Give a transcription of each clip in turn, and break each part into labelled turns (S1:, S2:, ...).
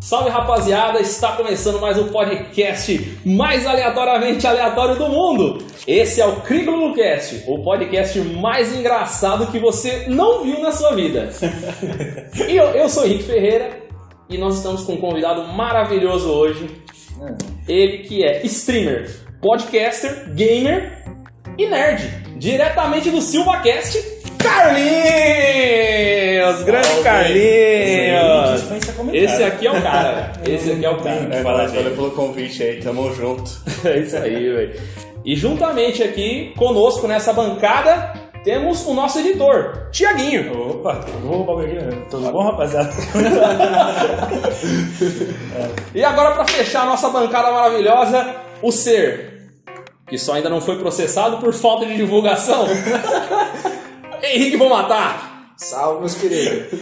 S1: Salve rapaziada, está começando mais um podcast mais aleatoriamente aleatório do mundo. Esse é o Cast, o podcast mais engraçado que você não viu na sua vida. e eu, eu sou Henrique Ferreira e nós estamos com um convidado maravilhoso hoje. Ele que é streamer, podcaster, gamer e nerd, diretamente do SilvaCast. Carlinhos! Grande
S2: Salve.
S3: é
S1: Carlinhos!
S2: Dispensa comentário.
S1: Esse aqui é o cara. Esse aqui é o
S2: É,
S1: cara.
S2: Fala,
S3: Fala, gente.
S2: valeu pelo convite aí, tamo junto.
S1: É isso aí, velho. E juntamente aqui conosco nessa bancada temos o nosso editor, Tiaguinho.
S3: Opa, vou roubar o aqui, tudo bom, rapaziada?
S2: Tá
S1: E agora pra fechar a nossa bancada maravilhosa, o ser que só ainda não foi processado por falta de divulgação. Henrique vou matar.
S4: Salve, meus queridos.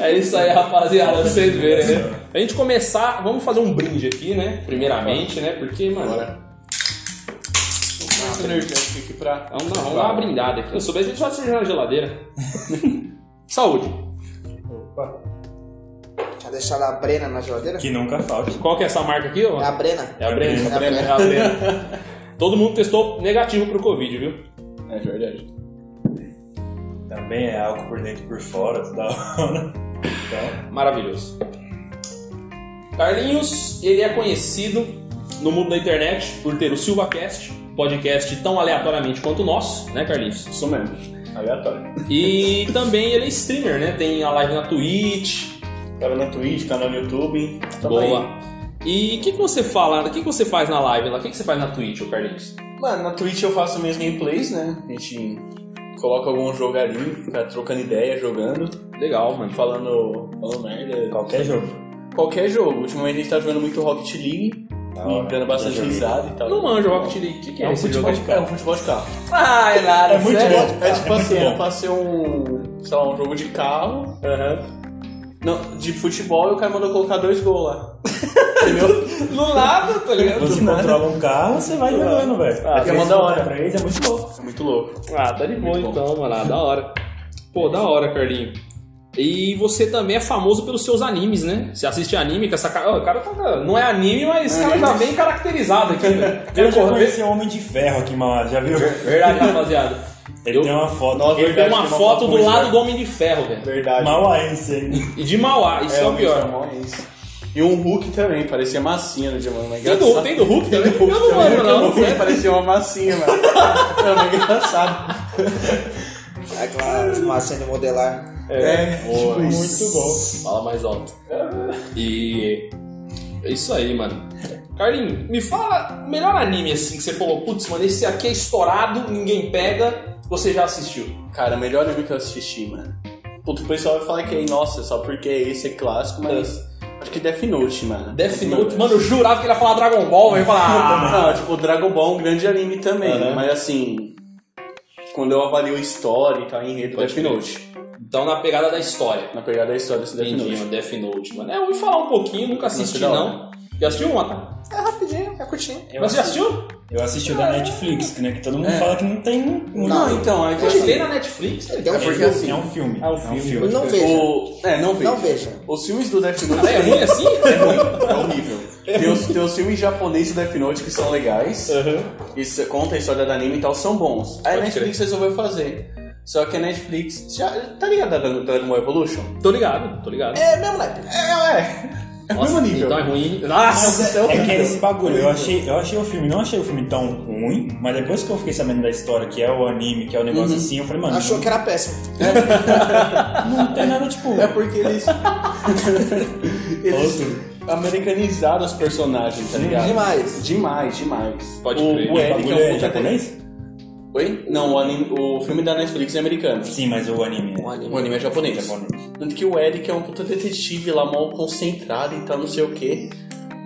S1: É isso aí, rapaziada, pra vocês verem, né? Pra gente começar, vamos fazer um brinde aqui, né? Primeiramente, né? Porque, mano,
S2: Bora.
S4: aqui pra...
S1: Vamos, não, vamos dar É uma brindada aqui. Eu souber, a gente vai sujar na geladeira. Saúde.
S4: Tinha deixado a Brena na geladeira?
S3: Que nunca falte.
S1: Qual que é essa marca aqui, ó?
S4: É a Brena.
S1: É a Brena.
S4: É a Brena.
S1: É a Brena. Todo mundo testou negativo pro Covid, viu?
S2: É verdade.
S3: Também é álcool por dentro e por fora, tudo da hora. Então,
S1: Maravilhoso. Carlinhos, ele é conhecido no mundo da internet por ter o SilvaCast, podcast tão aleatoriamente quanto o nosso, né, Carlinhos?
S2: Isso mesmo. Aleatório.
S1: E também ele é streamer, né? Tem a live na Twitch,
S2: Cara na Twitch, canal no YouTube. tamo aí.
S1: Boa. E o que, que você fala? O que, que você faz na live lá? O que, que você faz na Twitch, ô Carlinhos?
S2: Mano, na Twitch eu faço meus gameplays, né? A gente coloca algum jogo ali, fica trocando ideia, jogando,
S1: Legal, mano.
S2: falando, falando merda.
S3: qualquer jogo.
S2: Qualquer jogo. Ultimamente a gente tá jogando muito Rocket League,
S3: Da hora.
S2: e dando bastante
S3: Já joguei.
S2: risada e tal.
S1: Não manjo Rocket League. O que, que é,
S2: É um
S1: esse
S2: futebol
S1: jogo?
S2: de carro. É um futebol de carro.
S4: Ah, é nada.
S3: É muito
S4: sério?
S3: bom.
S2: É tipo assim,
S3: Muito bom.
S2: era pra ser um, sei lá, um jogo de carro,
S1: Aham.
S2: Não, de futebol e o cara mandou colocar dois gols lá. Entendeu?
S4: Do nada, tá ligado?
S3: Você controla um carro, você vai jogando, velho.
S2: Ah,
S3: Três
S2: é mó da hora.
S3: contra Três é muito louco.
S2: É muito louco.
S1: Ah, tá de boa
S2: Muito bom.
S1: então, mano. Ah, Da hora. Pô, da hora, Carlinho. E você também é famoso pelos seus animes, né? Você assiste anime com essa cara. Ó, o cara tá- Não é anime, mas esse cara tá bem caracterizado aqui, velho.
S3: Eu já
S1: Porra,
S3: conheci um homem de ferro aqui, mano. Já viu?
S1: Verdade, rapaziada.
S3: Ele
S1: Eu-
S3: tem uma foto.
S2: Nossa,
S3: ele
S1: Ele tem
S2: verdade,
S1: uma
S2: tem uma
S1: foto né?
S2: foto
S1: do
S2: muito
S1: lado
S2: boa.
S1: do Homem de Ferro, velho.
S2: Verdade.
S3: Mauaense ainda.
S1: E de Mauá, isso é, o pior.
S2: Isso. E um Hulk também, parecia massinha no Diamante. mas
S1: Tem do,
S2: engraçado. Um
S1: tem do Hulk também?
S2: Hulk
S1: Eu não
S2: também,
S1: lembro,
S2: O
S1: não.
S2: Hulk parecia uma massinha, mano. É mas engraçado.
S4: É Aquela massinha de modelar.
S2: É, tipo,
S3: Muito bom.
S1: Fala mais alto. E. É isso aí, mano. Carlinho, me fala o melhor anime assim que você falou, putz, mano, esse aqui é estourado, ninguém pega, você já assistiu.
S2: Cara, o melhor anime que eu assisti, mano. Puto, o pessoal vai falar que é, nossa, só porque esse é clássico, mas. Acho que Death Note, mano.
S1: Death Note, mano, eu jurava que ele ia falar Dragon Ball, mas eu ia falar. "Ah".
S2: Não, tipo, Dragon Ball é um grande anime também,
S1: Aham.
S2: né? mas assim, quando eu avalio a história e tal, enredo Death Note,
S1: Então, na pegada da história.
S2: na pegada da história desse Death
S1: Entendi,
S2: Note.
S1: mano, Death Note, mano. É, eu ia falar um pouquinho, nunca assisti,
S2: da hora.
S1: não. Já assistiu uma? tá?
S4: É rapidinho, é curtinho.
S1: Mas você já assistiu?
S3: Eu assisti o da Netflix, que, né, que todo mundo fala que não tem muito.
S2: Não, então, é que
S1: Eu te vi
S2: assim,
S1: na Netflix, né? velho.
S4: Tem um
S2: É porque
S4: filme.
S2: assim-
S3: É um filme.
S1: É um filme.
S4: Eu não vejo.
S2: o... É, não vejo.
S4: Não veja.
S2: Os filmes do Death
S1: Ah,
S2: Note
S1: É ruim assim?
S2: é ruim, é horrível. Tem os, tem os filmes japoneses do Death Note que são
S1: É.
S2: legais, isso conta a história do anime e tal, são bons. Aí a
S1: Pode
S2: Netflix resolveu fazer. Só que a Netflix, já, tá ligado a Dragon Dragon Ball Evolution?
S1: Tô ligado, tô ligado.
S4: É mesmo naipe.
S2: É, é. É o mesmo nível.
S1: Então é ruim. Nossa! então
S3: Mas é, é que é esse bagulho. Eu achei, eu achei o filme, não achei o filme tão ruim, mas depois que eu fiquei sabendo da história, que é o anime, que é o negócio assim, eu falei, mano,
S4: Achou que era péssimo.
S3: não tem nada tipo.
S2: É porque eles. eles
S3: Outro.
S2: americanizaram os personagens, tá ligado?
S4: Demais.
S2: Demais, demais.
S1: Pode
S2: o,
S1: crer.
S2: o
S3: o
S2: Eric
S3: bagulho
S2: é um
S3: é
S2: puta
S3: japonês?
S2: dele. Oi? Não, o, anime- o filme da Netflix é americano.
S3: Sim, mas o anime. é
S2: O anime é japonês.
S3: japonês.
S2: Tanto que o Eric é um puta detetive lá, mó concentrado e tal, não sei o quê.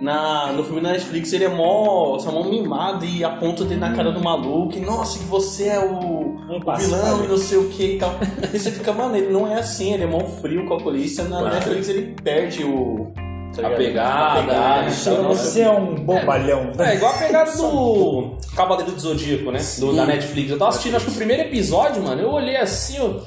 S2: Na, no filme da Netflix ele é mó, assim, mó mimado e aponta o dedo na cara do maluco. E, Nossa, que você é o
S3: Um
S2: o
S3: passo.
S2: vilão e não sei o que e tal. E você fica, mano, ele não é assim, ele é mó frio com a polícia. Na
S1: Claro.
S2: Netflix ele perde o. tá
S1: A
S2: ligado?
S1: pegada,
S2: A
S1: né?
S2: pegada, então,
S3: Chega,
S2: nossa.
S3: você é um bobalhão.
S1: É igual a pegada do Cavaleiro do Zodíaco, né? Do, da Netflix. Eu tava assistindo, acho que o primeiro episódio, mano, eu olhei assim, eu...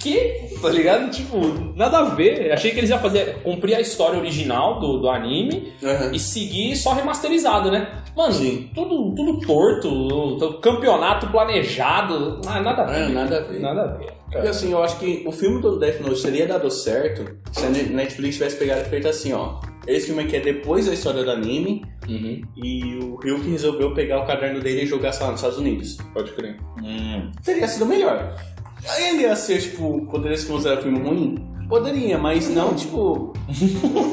S1: que, tá ligado? Tipo, nada a ver. Achei que eles iam fazer, cumprir a história original do, do anime
S2: Aham.
S1: e seguir só remasterizado, né? Mano,
S2: Sim.
S1: tudo, tudo torto, o- o campeonato planejado, ah, nada a ver.
S2: É, nada a ver.
S1: Nada a ver.
S2: E assim, eu acho que o filme do Death Note teria dado certo se a Ne- Netflix tivesse pegado e feito assim, ó. Esse filme aqui é depois da história do anime
S1: Uhum.
S2: e o Ryuki resolveu pegar o caderno dele e jogar, sei lá, nos Estados Unidos.
S1: Pode crer.
S3: Hum.
S2: Teria sido melhor. Ele ia ser, tipo, poderia se considerar filme ruim? Poderia, mas não, tipo...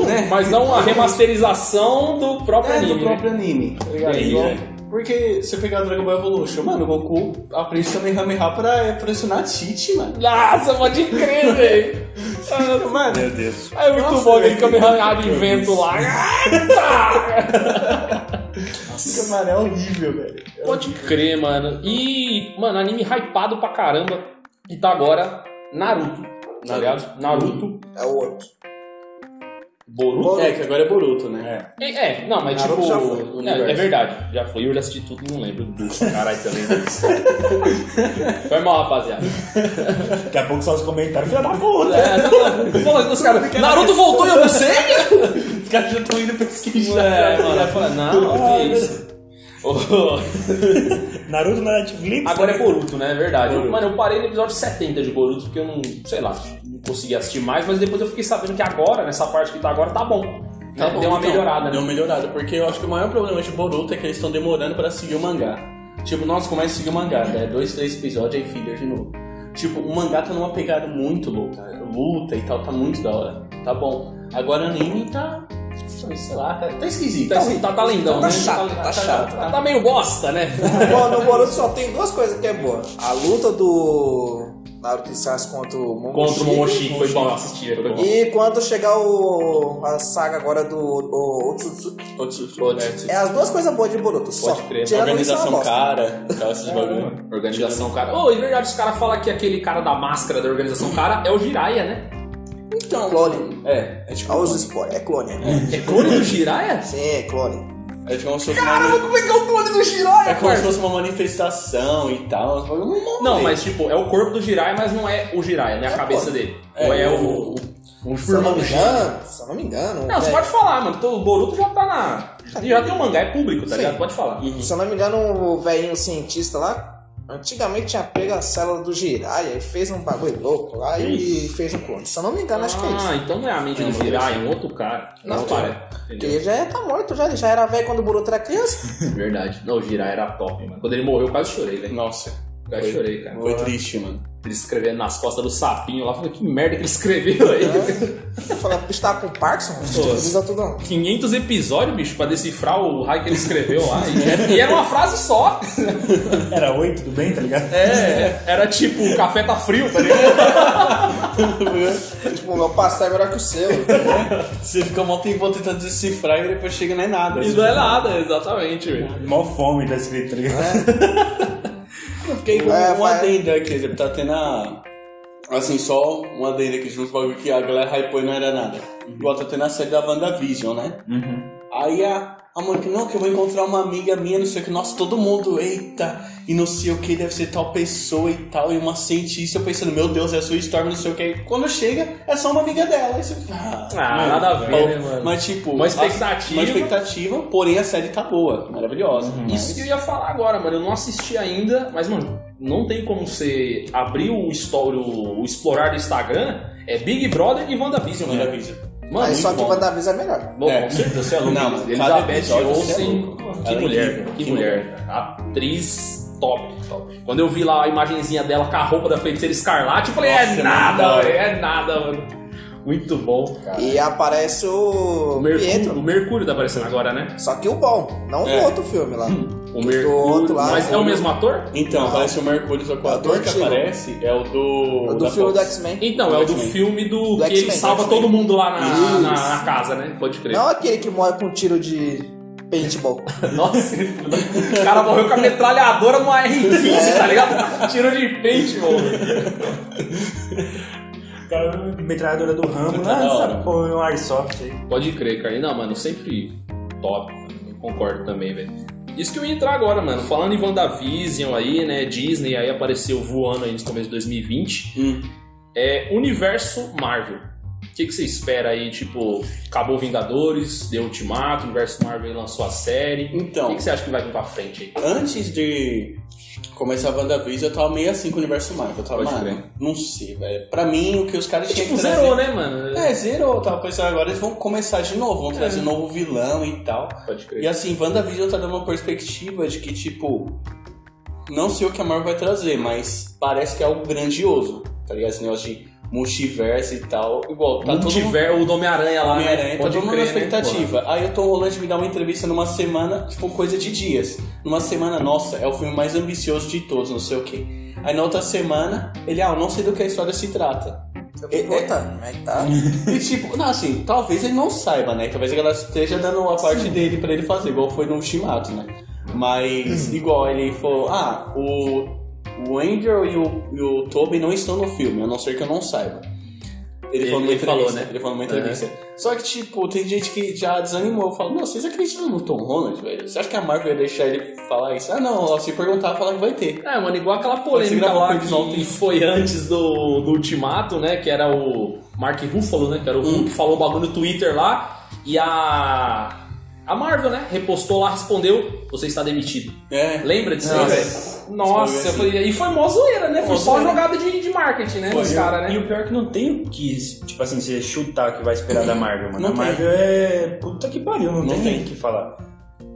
S2: né?
S1: Mas não a remasterização do próprio
S2: É,
S1: anime.
S2: do
S1: né?
S2: próprio anime. Tá
S1: é
S2: ligado?
S3: Entendi,
S2: Igual-
S3: né?
S2: Porque você pegar o Dragon Ball Evolution, mano, o Goku aprende Kamehameha pra pressionar a Titi, mano.
S1: Nossa, pode crer, velho. Ah,
S2: Mano,
S3: Meu Deus.
S1: É muito
S2: Nossa,
S1: bom aquele
S2: velho.
S1: Kamehameha de vento lá.
S2: Fica, mano, é horrível, velho.
S1: Pode crer, mano. E, mano, anime hypado pra caramba. E tá agora Naruto. Tá
S2: Naruto.
S1: ligado? Naruto.
S4: É o outro.
S1: Boruto.
S2: É, que agora é Boruto, né?
S3: É.
S1: É, é, não, mas
S2: Naruto
S1: tipo.
S2: já foi, o
S1: é, é,
S2: universo.
S1: verdade, já foi. Eu já assisti tudo e não lembro.
S3: Caralho, também.
S1: Foi mal, rapaziada.
S3: Daqui a pouco só os comentários. Filha
S2: Tá
S3: da
S2: né?
S3: puta!
S1: É, falando os caras. Naruto voltou e
S2: Ah,
S1: eu não sei?
S2: Os caras já estão indo pesquisar. Ah,
S1: É, mano, eu falo, não, que isso. Ô,
S3: Naruto na Netflix?
S1: Agora é Boruto, né? É verdade. Eu-
S2: Boruto.
S1: mano, eu parei no episódio 70 de Boruto, porque eu não, sei lá, não consegui assistir mais, mas depois eu fiquei sabendo que agora, nessa parte que tá agora, tá bom.
S2: Tá
S1: Né?
S2: bom,
S1: Deu uma
S2: então.
S1: melhorada, né?
S2: Deu uma melhorada, porque eu acho que o maior problema de Boruto é que eles estão demorando pra seguir o mangá. Tipo, nossa, começa a seguir o mangá, né? Dois, três episódios, aí filler de novo. Tipo, o mangá tá numa pegada muito louca. né? Luta e tal, tá muito da hora. Tá bom. Agora o anime tá. Sei lá, tá, tá esquisito.
S1: Tá, tá, tá lindão,
S4: Tá
S1: né?
S4: chato, tá chato.
S1: Tá, tá meio bosta, né?
S4: Bom, no Boruto só tem duas coisas que é boa. A luta do Naruto e Sasuke contra o Momoshiki.
S1: Contra o Momoshiki, foi bom assistir. Foi bom.
S4: E quando chegar o, a saga agora do o, Otsutsuki.
S2: Outros-
S1: Pode,
S4: É as duas coisas boas de Boruto, só.
S1: Pode crer.
S4: Tirando isso, é uma
S2: Organização
S4: bosta.
S2: cara, tal, esses bagulho.
S1: Organização, cara. Ô, e é verdade, os caras falam que aquele cara da máscara da organização, cara, é o Jiraiya, né?
S2: Então,
S4: Clone.
S2: É, é tipo.
S4: Olha os spoilers. É clone. né?
S1: É clone do Jiraiya?
S4: Sim, é clone.
S2: É tipo como se fosse uma,
S4: como é que é o clone do Jiraiya,
S2: é como se fosse uma manifestação e tal. uns bagulho mó
S1: Não,
S2: doido.
S1: mas tipo, é o corpo do Jiraiya, mas não é o Jiraiya, né? A
S4: É,
S1: cabeça
S4: pô.
S1: dele.
S2: É,
S1: Ou é
S2: o-
S1: o... Um
S4: Se eu não me engano, se eu não me engano,
S1: Não, você pode falar, mano. Então, O Boruto já tá na. Já tem um mangá, é público, tá
S4: Sim.
S1: ligado? Pode falar.
S4: Se eu não me engano, o velhinho cientista lá, antigamente tinha pego a célula do Jiraiya e fez um bagulho louco lá e fez um clone. Se eu não me engano, acho que é isso.
S1: Ah, então não é a mente
S2: Não,
S1: do
S2: não
S1: Jiraiya, é um outro cara.
S4: Não,
S1: Não, cara.
S4: Porque
S1: Entendeu?
S4: ele já é- tá morto, já, ele já era velho quando o Boruto era criança.
S1: Verdade. Não, o Jiraiya era top, mano. Quando ele morreu, eu quase chorei, velho.
S2: Nossa,
S1: Quase chorei, cara.
S2: foi triste, mano.
S1: Ele escrevendo nas costas do sapinho lá. Falei, que merda que ele escreveu aí.
S4: É. Eu falei, bicho tava com Parkinson, precisa tudo não.
S1: 500 episódios, bicho, pra decifrar o raio que ele escreveu lá. E- E era uma frase só.
S3: Era oi, tudo bem, tá ligado?
S1: É, era tipo, o café tá frio, tá ligado?
S4: Tipo, o meu pastel é melhor que o seu.
S2: Você fica mó tempão tentando decifrar e depois chega e não é nada.
S1: E não é nada, exatamente, velho.
S3: Mó fome tá escrito, tá ligado?
S2: Eu fiquei com
S4: É,
S2: um
S4: faz-
S2: adendo aqui, você tá tendo a... Assim, só um adendo aqui de uns bagulho que a galera hypou e não era nada.
S1: Uhum.
S2: Igual tá tendo a série da WandaVision, né?
S3: Uhum.
S2: Aí a, a mãe que não, que eu vou encontrar uma amiga minha, não sei o que, nossa, todo mundo, eita, e não sei o que, deve ser tal pessoa e tal, e uma cientista, eu pensando, meu Deus, é a sua Storm, não sei o que. Aí Quando chega, é só uma amiga dela. Aí você, ah,
S1: Ah, nada a ver,
S2: bom,
S1: né, mano?
S2: Mas tipo,
S1: Uma
S2: a-
S1: expectativa.
S2: uma expectativa, porém a série tá boa, maravilhosa.
S1: Isso que eu ia falar agora, mano. Eu não assisti ainda, mas, mano, não tem como você abrir o, story, o, o explorar do Instagram. É Big Brother e WandaVision, né?
S2: WandaVision.
S1: Mano,
S4: Aí só
S1: muito
S4: que
S1: bom.
S4: mandar vez é melhor.
S1: Bom,
S2: É.
S1: com certeza, você é louco.
S2: Não, mano, cada
S1: Elizabeth
S2: episódio você é
S1: Olsen,
S2: louco.
S1: que
S2: Ela é
S1: mulher,
S2: incrível,
S1: que
S2: que
S1: mulher. Atriz top, top. Quando eu vi lá a imagenzinha dela com a roupa da feiticeira escarlate, eu falei,
S2: Nossa,
S1: é
S2: é muito da
S1: nada,
S2: hora.
S1: velho, é nada, mano. Muito bom, cara.
S4: E aparece o
S1: O Mercúrio,
S4: Pietro.
S1: o Mercúrio tá aparecendo agora, né?
S4: Só que o bom, não
S2: É.
S4: do outro filme lá.
S1: O
S4: Do
S1: Mercúrio.
S4: outro lá,
S1: mas é o
S4: o-
S1: mesmo ator?
S2: Então,
S4: Não.
S2: aparece o Mercúrio, só que o
S4: É o do
S2: ator que
S4: antigo.
S2: aparece é o do.
S4: Do
S2: da
S4: filme do
S2: Fox.
S4: X-Men.
S1: Então, é o do
S2: X-Men.
S1: filme do.
S4: Do
S1: que ele
S4: X-Men,
S1: salva
S4: do X-Men.
S1: todo mundo lá na,
S4: Isso.
S1: na- na casa, né? Pode crer.
S4: Não aquele que morre com um tiro de paintball.
S1: Nossa, o cara morreu com a metralhadora numa R15, tá ligado? Tirou de pente, mano.
S3: O cara, metralhadora do ramo,
S2: Tá da
S3: lança
S2: hora.
S3: põe um airsoft aí.
S1: Pode crer, cara. E Não, mano, sempre top. mano. Eu Concordo também, velho. Isso que eu ia entrar agora, mano. Falando em WandaVision aí, né? Disney aí apareceu voando aí no começo de 2020.
S2: Hum.
S1: É universo Marvel. O que, que você espera aí? Tipo, acabou Vingadores, deu Ultimato, o universo Marvel lançou a série. O
S2: Então,
S1: que, que você acha que vai vir pra frente aí?
S2: antes de começar a WandaVision, eu tava meio assim com o universo Marvel. Eu tava,
S1: Pode
S2: mano,
S1: crer.
S2: não sei, velho. Pra mim, o que os caras tinham
S1: Tipo,
S2: que trazer...
S1: zerou, né, mano?
S2: É, zerou, eu tava pensando agora eles vão começar de novo, vão trazer novo vilão e tal.
S1: Pode crer.
S2: E assim, WandaVision tá dando uma perspectiva de que, tipo, não sei o que a Marvel vai trazer, mas parece que é algo grandioso, tá ligado? Esse negócio de multiverso e tal. Igual, tá todo mundo...
S1: Multiver- o Homem-Aranha lá, né?
S2: Homem-Aranha, tá
S1: Pode
S2: todo mundo
S1: crer,
S2: na
S1: né,
S2: expectativa. Aí o Tom Holland me dá uma entrevista numa semana, tipo, coisa de dias. Numa semana, nossa, é o filme mais ambicioso de todos, não sei o quê. Aí na outra semana, ele, ah, eu não sei do que a história se trata.
S4: Eu
S2: É,
S4: tô
S2: é.
S4: contando, mas tá.
S2: E tipo, não, assim, talvez ele não saiba, né? Talvez a galera esteja dando a parte dele pra ele fazer, igual foi no Ultimato, né? Mas,
S1: Hum.
S2: igual ele falou, ah, o, o Andrew e o, e o Toby não estão no filme, a não ser que eu não saiba. Ele,
S1: Ele-
S2: falou numa
S1: ele falou,
S2: entrevista,
S1: né?
S2: Ele falou numa entrevista. Só que, tipo, tem gente que já desanimou. Eu falo, meu, vocês acreditam no Tom Holland, velho? Você acha que a Marvel ia deixar ele falar isso? Ah, não, ela se perguntar, falar que vai ter.
S1: É, mano, igual aquela polêmica
S2: gravar
S1: lá
S2: com eles ontem.
S1: que foi antes do, do Ultimato, né? Que era o Mark Ruffalo, né? Que era o
S2: Hum.
S1: Hulk, falou um bagulho no Twitter lá. E a. A Marvel, né? Repostou lá, respondeu: Você está demitido.
S2: É.
S1: Lembra disso?
S2: Nossa.
S1: aí, velho? Nossa,
S2: Esse
S1: eu
S2: bagulho
S1: falei, e foi mó zoeira, né? Foi
S2: Mó
S1: só
S2: zoeira.
S1: jogada de, de marketing, né?
S3: Pô,
S1: Dos
S3: eu-
S1: caras,
S3: E
S1: né?
S3: o pior é que não tem o que, tipo assim, você chutar que vai esperar da Marvel, mano.
S2: Não
S3: a
S2: tem.
S3: Marvel é. Puta que pariu, não,
S2: Não
S3: tem
S2: tem.
S3: nem o que falar.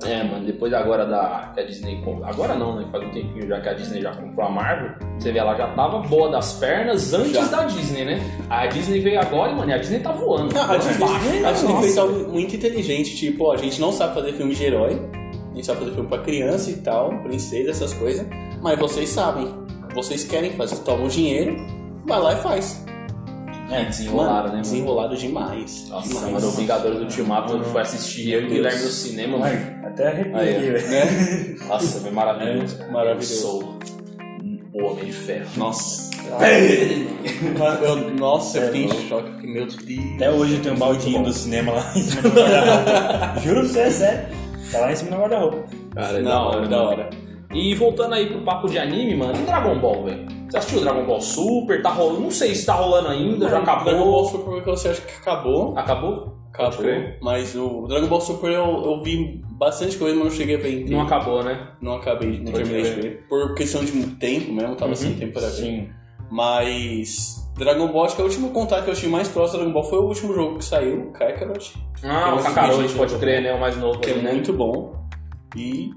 S1: É, mano, depois agora da, que a Disney. comprou- Agora não, né? Faz um tempinho já que a Disney já comprou a Marvel. Você vê, ela já tava boa das pernas antes
S2: Já.
S1: da Disney, né? A Disney veio agora e, mano, e a Disney tá voando.
S2: Não, a Disney, a Disney
S1: Nossa.
S2: fez algo muito inteligente, tipo, ó, a gente não sabe fazer filme de herói, a gente sabe fazer filme pra criança e tal, princesa, essas coisas, mas vocês sabem, vocês querem fazer, toma o dinheiro, vai lá e faz.
S1: É, desenrolaram, né, mano?
S2: Desenrolado demais.
S1: Nossa,
S2: demais.
S1: mano, o Vingadores Ultimato, eu fui assistir eu e o Guilherme no cinema, mano.
S3: Mano, até arrepiei,
S1: Aí, ó.
S3: velho.
S1: Nossa, foi maravilhoso. cara.
S2: É, maravilhoso.
S1: Eu sou o Homem de Ferro.
S2: Nossa. Eu- nossa, eu fiquei em choque, porque, meu Deus.
S3: Até hoje eu tenho um baldinho do cinema lá em cima do guarda-roupa. Juro pra você, é sério. Tá lá em cima do guarda-roupa.
S1: Cara,
S2: é
S1: é
S2: da hora, da hora.
S1: E voltando aí pro papo de anime, mano, e Dragon Ball, velho? Você assistiu Dragon Ball Super? Tá rolando? Não sei se tá rolando ainda, já
S2: Dragon
S1: acabou.
S2: Ball Super, porque você acha que acabou?
S1: Acabou?
S2: Acabou.
S1: crer.
S2: Mas o Dragon Ball Super eu, eu vi bastante coisa, mas não cheguei a ver inteiro.
S1: Não acabou, né?
S2: Não acabei, não
S1: Pode
S2: terminei de ver. Por questão de tempo mesmo,
S1: Uhum.
S2: tava sem tempo pra ver. Mas Dragon Ball, acho que é o último contato que eu tive mais próximo do Dragon Ball foi o último jogo que saiu, o Kakarot,
S1: Ah, o
S2: Nossa,
S1: Kakarote,
S2: gente,
S1: pode crer, né? O mais novo.
S2: que é
S1: aí, né?
S2: muito bom. E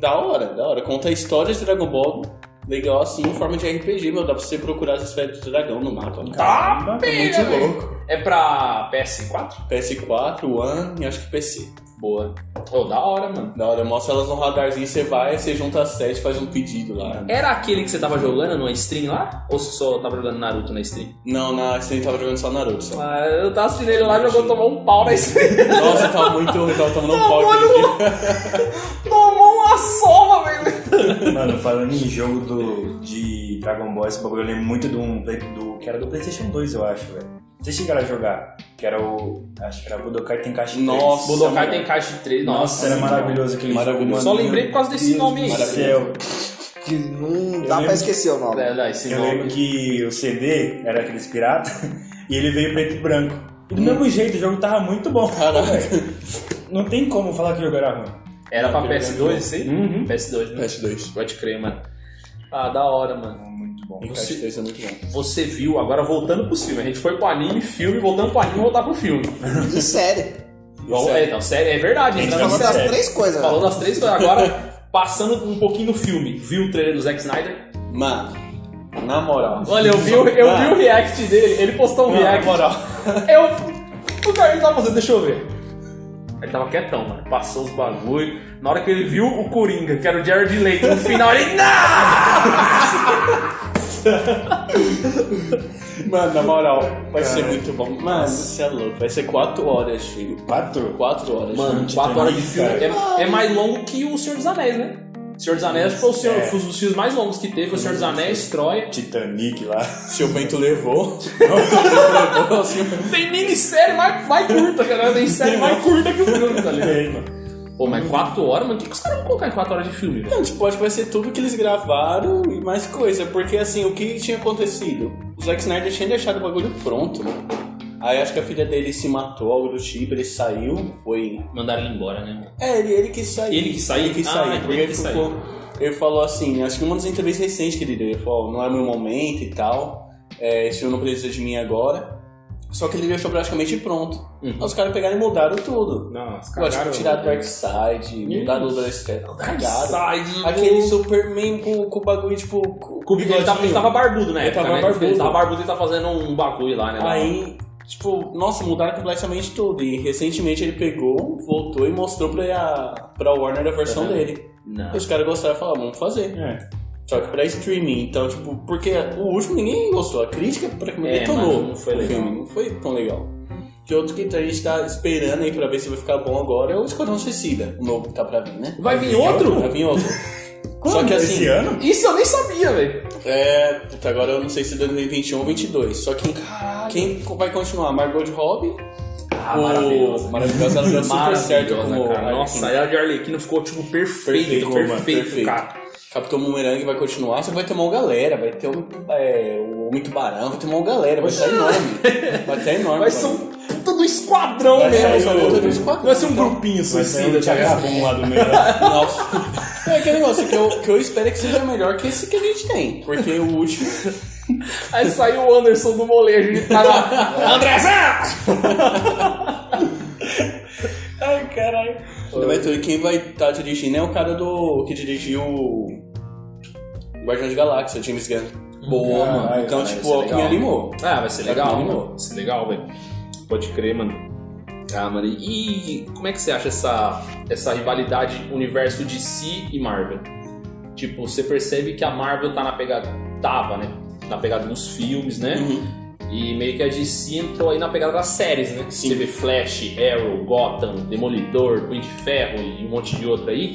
S2: da hora, da hora. Conta a história de Dragon Ball, legal assim, em forma de RPG, meu. Dá pra você procurar as esferas do dragão no mapa.
S1: Tá,
S2: é
S1: pega,
S2: muito
S1: velho.
S2: louco.
S1: É pra PS4?
S2: PS4, One e acho que PC.
S1: Boa. Ô, da hora, mano.
S2: Da hora, mostra elas no radarzinho, você vai, você junta as sete, faz um pedido lá.
S1: Era aquele que você tava jogando numa stream lá? Ou você só tava jogando Naruto na stream?
S2: Não, na você tava jogando só Naruto. Só.
S1: Ah, eu tava assistindo ele lá, jogou tomou um pau na stream.
S2: Nossa, tava muito. Tava tomando um
S1: Tomou
S2: pau aquele dia.
S1: tomou uma sova, velho.
S3: Mano, falando em jogo do, de Dragon Ball, esse bagulho eu lembro muito de um play- do, que era do Playstation 2, eu acho, velho. Vocês chegaram a jogar, que era o. Acho que era Budokai Tenkaichi 3.
S2: Nossa,
S1: Budokai
S2: mano.
S1: tem caixa de 3, nossa.
S3: Nossa, era maravilhoso aquele
S2: Maravilhoso.
S3: jogo.
S1: Só lembrei por causa desse nome aí.
S3: aí. Céu.
S4: Que não
S3: Eu
S4: dá
S3: lembro-
S4: pra esquecer o nome.
S1: É, não, esse
S3: Eu lembro
S1: nome.
S3: que o CD era aqueles pirata e ele veio preto e branco. E do mesmo jeito, o jogo tava muito bom.
S2: Caraca.
S3: Não tem como falar que o jogo era ruim.
S1: Era pra PS2 esse aí?
S3: Uhum.
S1: PS2, né?
S2: PS2.
S1: Pode crer, mano. Ah, da hora, mano.
S3: Muito bom.
S1: Você-
S2: PS2 é muito bom.
S1: Você viu, agora voltando pro filme. A gente foi pro anime, filme, voltando pro anime, voltar pro filme.
S4: E série.
S1: Bom, é, não, sério, é verdade.
S3: A gente
S1: né?
S3: Não,
S4: Falou das
S3: série.
S4: três coisas.
S1: Falou das três coisas. Agora, passando um pouquinho no filme. Viu o trailer do Zack Snyder?
S2: Mano, na moral.
S1: Olha, eu vi, o- eu vi
S2: Mano,
S1: o react dele. Ele postou um
S2: Não, na
S1: react.
S2: moral.
S1: Eu... O cara ele tava fazendo, deixa eu ver. Ele tava quietão, mano. Passou os bagulho. Na hora que ele viu o Coringa, que era o Jared Leto, no final ele... Não!
S2: Mano, na moral. Vai ser muito bom. Mano, você é louco. Vai ser 4 horas, filho.
S3: Quatro?
S2: 4 horas. Tipo,
S1: Mano,
S3: Titanic,
S1: 4 horas de filme
S3: cara.
S1: é, é mais longo que o Senhor dos Anéis, né? O Senhor dos Anéis foi o senhor,
S3: É.
S1: foi um dos filmes mais longos que teve. Foi o Senhor dos Anéis, Troia.
S3: Titanic lá.
S2: Seu vento levou. levou assim.
S1: Tem minissérie mais, mais curta, cara. Tem série mais curta que o filme, tá ligado?
S3: Ei, mano.
S1: Pô, mas 4 horas? Mas o que, que os caras vão colocar em 4 horas de filme, velho?
S2: Não, tipo, acho que vai ser tudo que eles gravaram e mais coisa. Porque, assim, o que tinha acontecido? O Zack Snyder tinha deixado o bagulho pronto, né? Aí acho que a filha dele se matou, algo do tipo, ele saiu, foi...
S1: Mandaram ele embora, né? mano?
S2: É, ele, ele que saiu.
S1: Ele que saiu?
S2: Ele que
S1: Ah,
S2: saiu.
S1: ele
S2: porque ele
S1: que
S2: ficou... Ele falou assim, acho que numa das entrevistas recentes que ele deu, ele falou, não é meu momento e tal, é, esse filme não precisa de mim agora. Só que ele deixou praticamente pronto.
S1: Uhum.
S2: Aí Os caras pegaram e mudaram tudo.
S3: Não, os
S2: Eu acho que
S3: cagaram.
S2: tiraram Dark Side, mudaram o Dark Side, cagaram.
S5: Side
S2: Aquele Superman com, com o bagulho, tipo. Com,
S5: O bigodinho. Ele tava, ele tava barbudo, né?
S2: Ele tava barbudo.
S5: Ele tava barbudo e tá fazendo um bagulho lá, né?
S2: Aí, tipo, nossa, mudaram completamente tudo. E recentemente ele pegou, voltou e mostrou pra, pra Warner a versão dele.
S1: Não.
S2: E os caras gostaram e falaram, vamos fazer.
S3: É.
S2: Só que pra streaming, então, tipo, porque o último ninguém gostou. A crítica praticamente
S1: É,
S2: detonou
S1: mano, não foi
S2: o
S1: legal.
S2: filme, não foi tão legal. Que outro que a gente tá esperando aí pra ver se vai ficar bom agora é o Esquadrão Suicida, o novo que tá pra vir, né?
S5: Vai vir outro?
S2: Vai vir outro. Só que assim,
S3: Esse ano?
S5: Isso eu nem sabia, velho.
S2: É, puta, agora eu não sei se é 2021 ou 22. Só que quem vai continuar? Margot Robbie?
S1: Ah,
S2: o...
S1: maravilhosa.
S2: Maravilhosa, ela deu super certo
S1: Maravilhosa,
S2: como...
S1: cara. Nossa,
S2: Arlequina.
S1: ela de Arlequina ficou, tipo, perfeito,
S2: Perfeito, mano,
S1: perfeito,
S2: perfeito.
S1: cara.
S2: Capitão Boomerang vai continuar, só que vai ter uma galera, vai ter um, é, o Homem Tubarão, vai ter uma galera, vai estar enorme. Vai estar enorme.
S5: é. Vai
S2: mano.
S5: ser um puta do esquadrão
S2: Vai
S5: mesmo.
S2: sair
S5: essa
S2: o-
S5: luta do
S2: do
S5: esquadrão.
S2: esquadrão,
S5: Vai ser um
S2: então.
S5: grupinho
S3: Vai sair
S5: suicida,
S3: um
S5: tá ligado?
S3: tchacabum lá do meio.
S2: Nossa. É aquele negócio que eu, que eu espero que seja melhor que esse que a gente tem. Porque o último...
S5: Aí saiu o Anderson do molejo e tá lá. Andrezão!
S3: Ai, caralho.
S2: Ainda vai ter- quem vai estar dirigindo é o cara do que dirigiu o Guardião de Galáxia, James
S5: Hum,
S2: Gunn. Boa,
S3: Caralho,
S2: mano. Então,
S3: cara,
S2: tipo,
S1: isso é
S2: é o que me
S1: legal.
S2: animou.
S1: Ah, vai ser
S2: Vai
S1: legal,
S2: comigo.
S1: mano. Vai ser legal, velho. Pode crer, mano. Ah, mano, e como é que você acha essa, essa rivalidade universo de si e Marvel? Tipo, você percebe que a Marvel tá na pegada. Tava, né? Na pegada dos filmes,
S5: É?
S1: né?
S2: Uhum.
S1: E meio que a DC entrou aí na pegada das séries, né?
S2: Sim.
S1: Você vê Flash, Arrow, Gotham, Demolidor, Punho de Ferro e um monte de outro aí.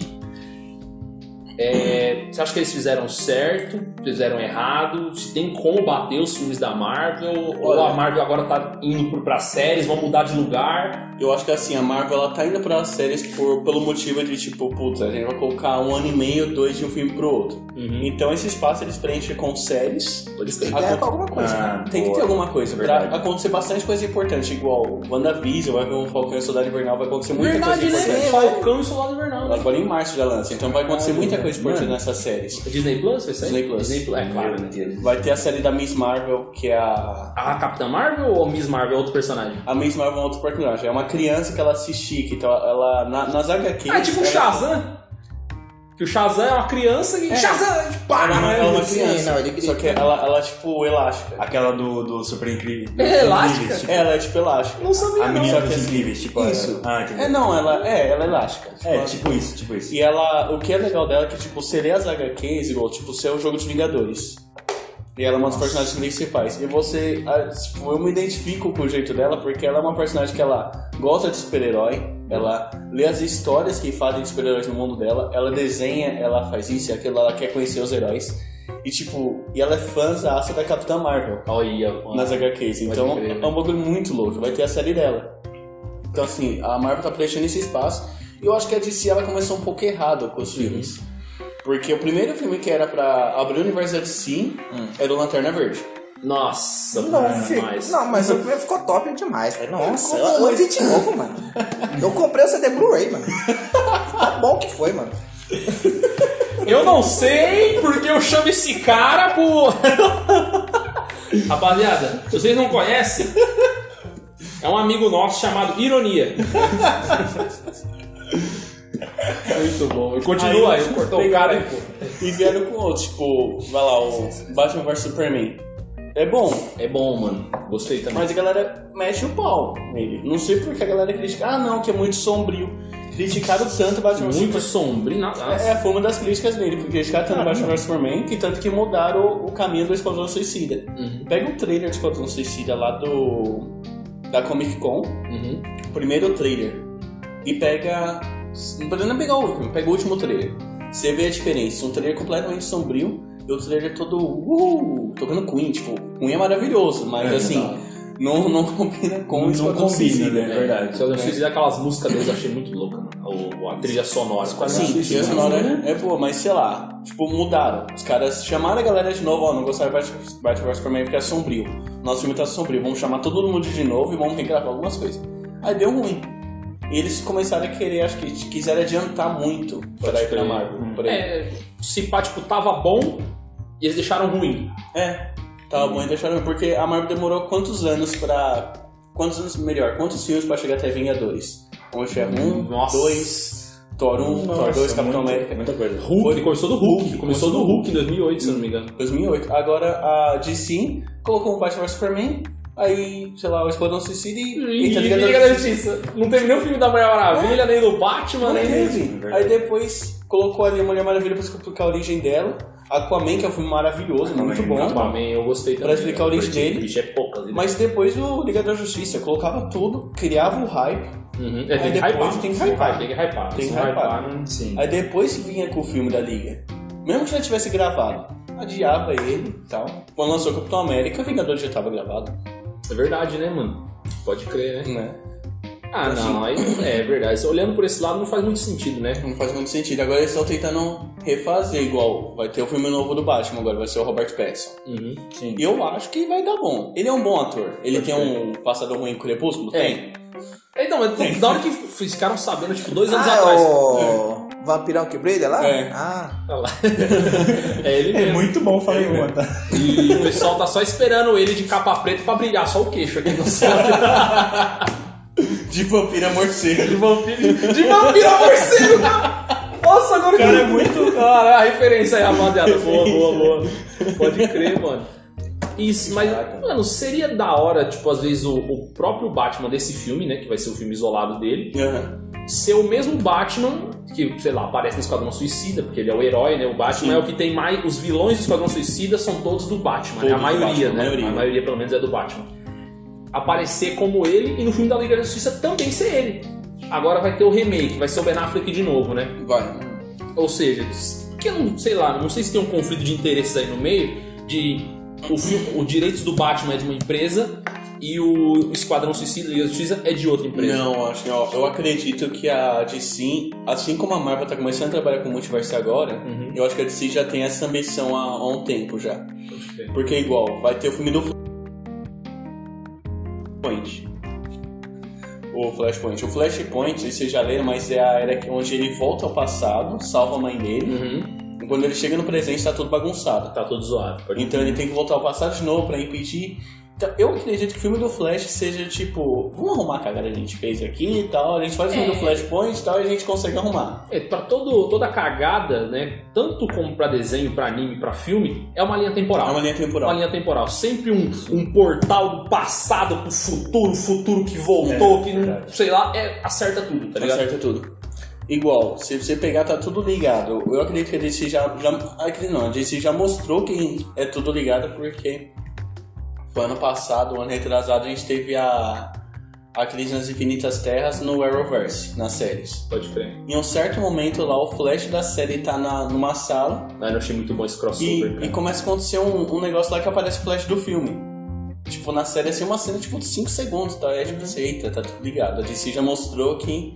S1: É, você acha que eles fizeram certo? Fizeram errado? Se tem como bater os filmes da Marvel? Ou
S2: Olha.
S1: a Marvel agora tá indo pro- pra séries, vão mudar de lugar?
S2: Eu acho que assim, a Marvel ela tá indo pras séries por, pelo motivo de, tipo, putz, a gente vai colocar um ano e meio, dois de um filme pro outro. Então esse espaço eles preenchem com séries.
S1: Pode
S4: Tem
S1: crer.
S4: que ter alguma coisa. né?
S3: Ah,
S2: Tem que
S3: boa.
S2: ter alguma coisa.
S3: Verdade.
S2: Pra acontecer bastante coisa importante, igual WandaVision, vai ver um Falcão e o Soldado Invernal, vai acontecer muita coisa importante.
S4: né?
S5: Falcão e Soldado Invernal. né?
S2: Agora em março já lança, então vai acontecer muita coisa importante
S3: Mano.
S2: nessas séries.
S1: Disney Plus, vai ser?
S2: Disney Plus.
S1: Disney Plus, é claro.
S3: Meu Deus.
S2: Vai ter a série da Miss Marvel, que é a.
S1: A Capitã Marvel ou Miss Marvel é outro personagem?
S2: A Miss Marvel é um outro personagem. É uma criança que ela se estica, então ela. Na, nas HQs.
S5: Ah, é tipo o
S2: ela-
S5: Shazam. Que o Shazam é uma criança e. Shazam! Pá!
S2: Ela é uma, ela é uma
S4: Sim,
S2: criança.
S4: não, ele grita.
S2: só que ela, ela é tipo elástica.
S3: Aquela do, do Super Incrível.
S5: É elástica?
S3: Tipo,
S2: Ela é tipo elástica.
S5: Não sabia,
S3: a
S5: não.
S3: menina
S2: só que
S3: dos
S2: assim,
S3: incríveis, tipo. a-
S2: isso.
S3: Ah, entendi.
S2: É, não, ela é, ela é elástica. Tipo,
S3: É,
S2: ela-
S3: tipo isso, tipo isso.
S2: E ela. O que é legal dela é que, tipo, você lê as HQs, igual, tipo, você é o jogo de Vingadores. E ela é uma dos personagens principais. E você. ah, Tipo, eu me identifico com o jeito dela, porque ela é uma personagem que ela gosta de super-herói. Ela lê as histórias que fazem de super-heróis no mundo dela. Ela desenha, ela faz isso e aquilo, ela quer conhecer os heróis. E, tipo, e ela é fãzaça da Capitã Marvel
S1: Olha, mano.
S2: nas HQs. Então
S1: crer.
S2: é um bagulho muito louco, vai ter a série dela. Então assim, a Marvel tá preenchendo esse espaço. E eu acho que a DC ela começou um pouco errado com os
S1: Uhum.
S2: filmes. Porque o primeiro filme que era pra abrir o universo da DC
S1: Hum.
S2: era o Lanterna Verde.
S1: Nossa,
S4: Não,
S1: mano,
S4: fi-
S1: Ah, mas-
S4: não, mas o filme ficou top demais, velho. Nossa,
S2: Ficou
S4: eu, eu vi de novo, mano. Eu comprei o CD Blu-ray, mano. Tá bom que foi, mano.
S5: Eu não sei porque eu chamo esse cara por. Rapaziada, se vocês não conhecem, é um amigo nosso chamado Ironia.
S1: Muito bom.
S5: Continua aí, cortou o cara aí, pô.
S2: E vieram com outros, tipo, vai lá, o Batman vs Superman. É bom,
S1: É bom, mano. Gostei também.
S2: mas a galera mexe o pau nele. Não sei porque a galera critica. Ah, não, que é muito sombrio. Criticaram tanto Batman vs
S1: muito sombrio. na- Nossa.
S2: É, foi uma das críticas dele, porque eles tanto no Batman vs Superman, que tanto que mudaram o caminho do Esquadrão Suicida.
S1: Uhum.
S2: Pega o trailer do Esquadrão Suicida lá do. da Comic Con,
S5: é.
S1: Uhum.
S2: o primeiro trailer, e pega. Não precisa nem pegar o último, pega o último trailer. Você vê a diferença, um trailer completamente sombrio e o trailer todo. Uh, tocando Queen, tipo, Queen é maravilhoso, é mas assim. Não, não combina com
S3: Não
S2: Esquadrão
S3: combina,
S2: Suicida,
S3: né?
S2: né?
S3: Verdade.
S1: Esquadrão Suicida, aquelas músicas deles eu achei muito louca, mano. O- a trilha sonora.
S2: Sim, trilha sonora é boa, mas sei lá, tipo, mudaram. Os caras chamaram a galera de novo, ó, não gostaram de Bat- Batman vs Superman porque é sombrio. Nosso filme tá sombrio, vamos chamar todo mundo de novo e vamos regravar algumas coisas. Aí deu ruim. E eles começaram a querer, acho que quiseram adiantar muito pra ir pra
S1: crer.
S2: Marvel. por aí.
S1: É, se pá, tipo, tava bom e eles deixaram ruim.
S2: É, tava bom e deixaram porque a Marvel demorou quantos anos pra. Quantos anos, melhor, quantos filmes pra chegar até Vingadores? Homem de Ferro 1,
S1: Nossa.
S2: 2, Thor 1, Thor 2, um, Capitão
S3: muita,
S2: América.
S3: é Muita coisa.
S1: Hulk,
S2: Foi.
S1: começou do Hulk.
S2: Hulk,
S1: Começou do Hulk em 2008, se eu não me engano.
S2: 2008. Agora a DC colocou o Batman vs Superman, aí, sei lá, o Esquadrão Suicida e... tá
S1: E
S2: Eita, Liga da Justiça.
S1: Justiça. Não teve nem o filme da Mulher Maravilha, nem do Batman,
S2: É. Não
S1: nem...
S2: teve.
S3: mesmo, verdade.
S2: Aí depois colocou ali a Mulher Maravilha pra explicar a origem dela. Aquaman, que é um filme maravilhoso,
S3: Aquaman,
S2: muito bom.
S1: Aquaman, eu gostei também.
S2: Pra explicar a origem
S1: Porque
S2: dele.
S1: o Bicho é poucas. né?
S2: Mas depois o Liga da Justiça colocava tudo, criava o hype.
S1: Uhum. É, tem, que
S2: Aí depois
S1: hypar.
S2: tem que hypar.
S1: Tem que hypar.
S2: Tem
S1: Se
S2: que
S1: não
S2: hypar.
S1: não-
S3: Sim.
S2: Aí depois vinha com o filme da Liga. Mesmo que já tivesse gravado, adiava ele e tal.
S3: Então,
S2: Quando lançou Capitão América, o Vingador já tava gravado,
S1: É verdade, né, mano? Pode crer, né?
S2: né?
S1: Ah,
S2: Assim.
S1: não, aí é verdade. Olhando por esse lado não faz muito sentido, né?
S2: Não faz muito sentido. Agora eles estão tentando refazer igual. Vai ter o filme novo do Batman agora, vai ser o Robert Pattinson.
S1: Uhum.
S2: E eu acho que vai dar bom. Ele é um bom ator. Ele tem um passado ruim com Crepúsculo?
S1: É.
S2: Tem.
S1: Então, mas da hora que ficaram sabendo, tipo, dois anos
S4: Ah, é
S1: atrás.
S4: o vampirão que brilha lá?
S2: É.
S4: Ah,
S1: Olha lá. É ele mesmo.
S3: muito bom falar em uma, tá?
S1: E o pessoal tá só esperando ele de capa preta pra brilhar só o queixo aqui no céu.
S2: De vampira morcego.
S1: De vampiro. é De vampiro a morcego! Nossa, agora
S3: Cara,
S1: que-
S3: é muito-
S1: Cara, a referência aí, rapaziada. Boa, boa, boa. Pode crer, mano. Isso, mas, mano, seria da hora, tipo, às vezes o, o próprio Batman desse filme, né? Que vai ser o filme isolado dele,
S2: Aham.
S1: ser o mesmo Batman, que, sei lá, aparece no Esquadrão Suicida, porque ele é o herói, né? O Batman é o que tem mais. Os vilões do Esquadrão Suicida são todos do Batman, né? A
S2: Todos do
S1: maioria,
S2: Batman,
S1: né?
S2: a maioria.
S1: A maioria, pelo menos, é do Batman. Aparecer como ele e no filme da Liga da Justiça também ser ele. Agora vai ter o remake, vai ser o Ben Affleck de novo, né?
S2: Vai.
S1: Ou seja, que eu não sei lá, não sei se tem um conflito de interesses aí no meio de o filme, o direitos do Batman é de uma empresa e o Esquadrão Suicida e Liga da Justiça é de outra empresa.
S2: Não, acho que ó, eu acredito que a DC, assim como a Marvel tá começando a trabalhar com o multiverso agora,
S1: Uhum.
S2: eu acho que a DC já tem essa ambição há, há um tempo já. Porque é igual, vai ter o filme do Flashpoint. O Flashpoint. O Flashpoint, você já lê, mas é a era que- onde ele volta ao passado, salva a mãe dele.
S1: Uhum.
S2: E quando ele chega no presente, tá tudo bagunçado.
S1: Tá todo zoado. pode-
S2: Então ele tem que voltar ao passado de novo pra impedir. Então, eu acredito que o filme do Flash seja tipo, vamos arrumar a cagada que a gente fez aqui e tal, a gente faz o filme
S1: É.
S2: do Flashpoint e tal e a gente consegue arrumar.
S1: É, pra todo, toda cagada, né? Tanto como pra desenho, pra anime, pra filme, é uma linha
S2: É
S1: temporal.
S2: uma linha
S1: Uma
S2: temporal.
S1: linha temporal. Sempre um, um portal do passado pro futuro, futuro que voltou, que não, sei lá, é, acerta tudo, tá
S2: Tá
S1: ligado?
S2: certo tudo. Igual, se você pegar, tá tudo ligado. Eu acredito que a DC já. já acredito não, a DC já mostrou que é tudo ligado porque foi ano passado, um ano retrasado, a gente teve a. A Crise nas Infinitas Terras no Arrowverse, nas séries.
S1: Pode crer.
S2: Em um certo momento lá, o Flash da série tá na, numa sala
S1: Ah, eu achei muito bom esse
S2: E,
S1: crossover, cara.
S2: e começa a acontecer um, um negócio lá que aparece o flash do filme. Tipo, na série assim, uma cena tipo de 5 segundos, tá? E a
S1: Uhum.
S2: gente pensa, eita, tá tudo ligado. A DC já mostrou que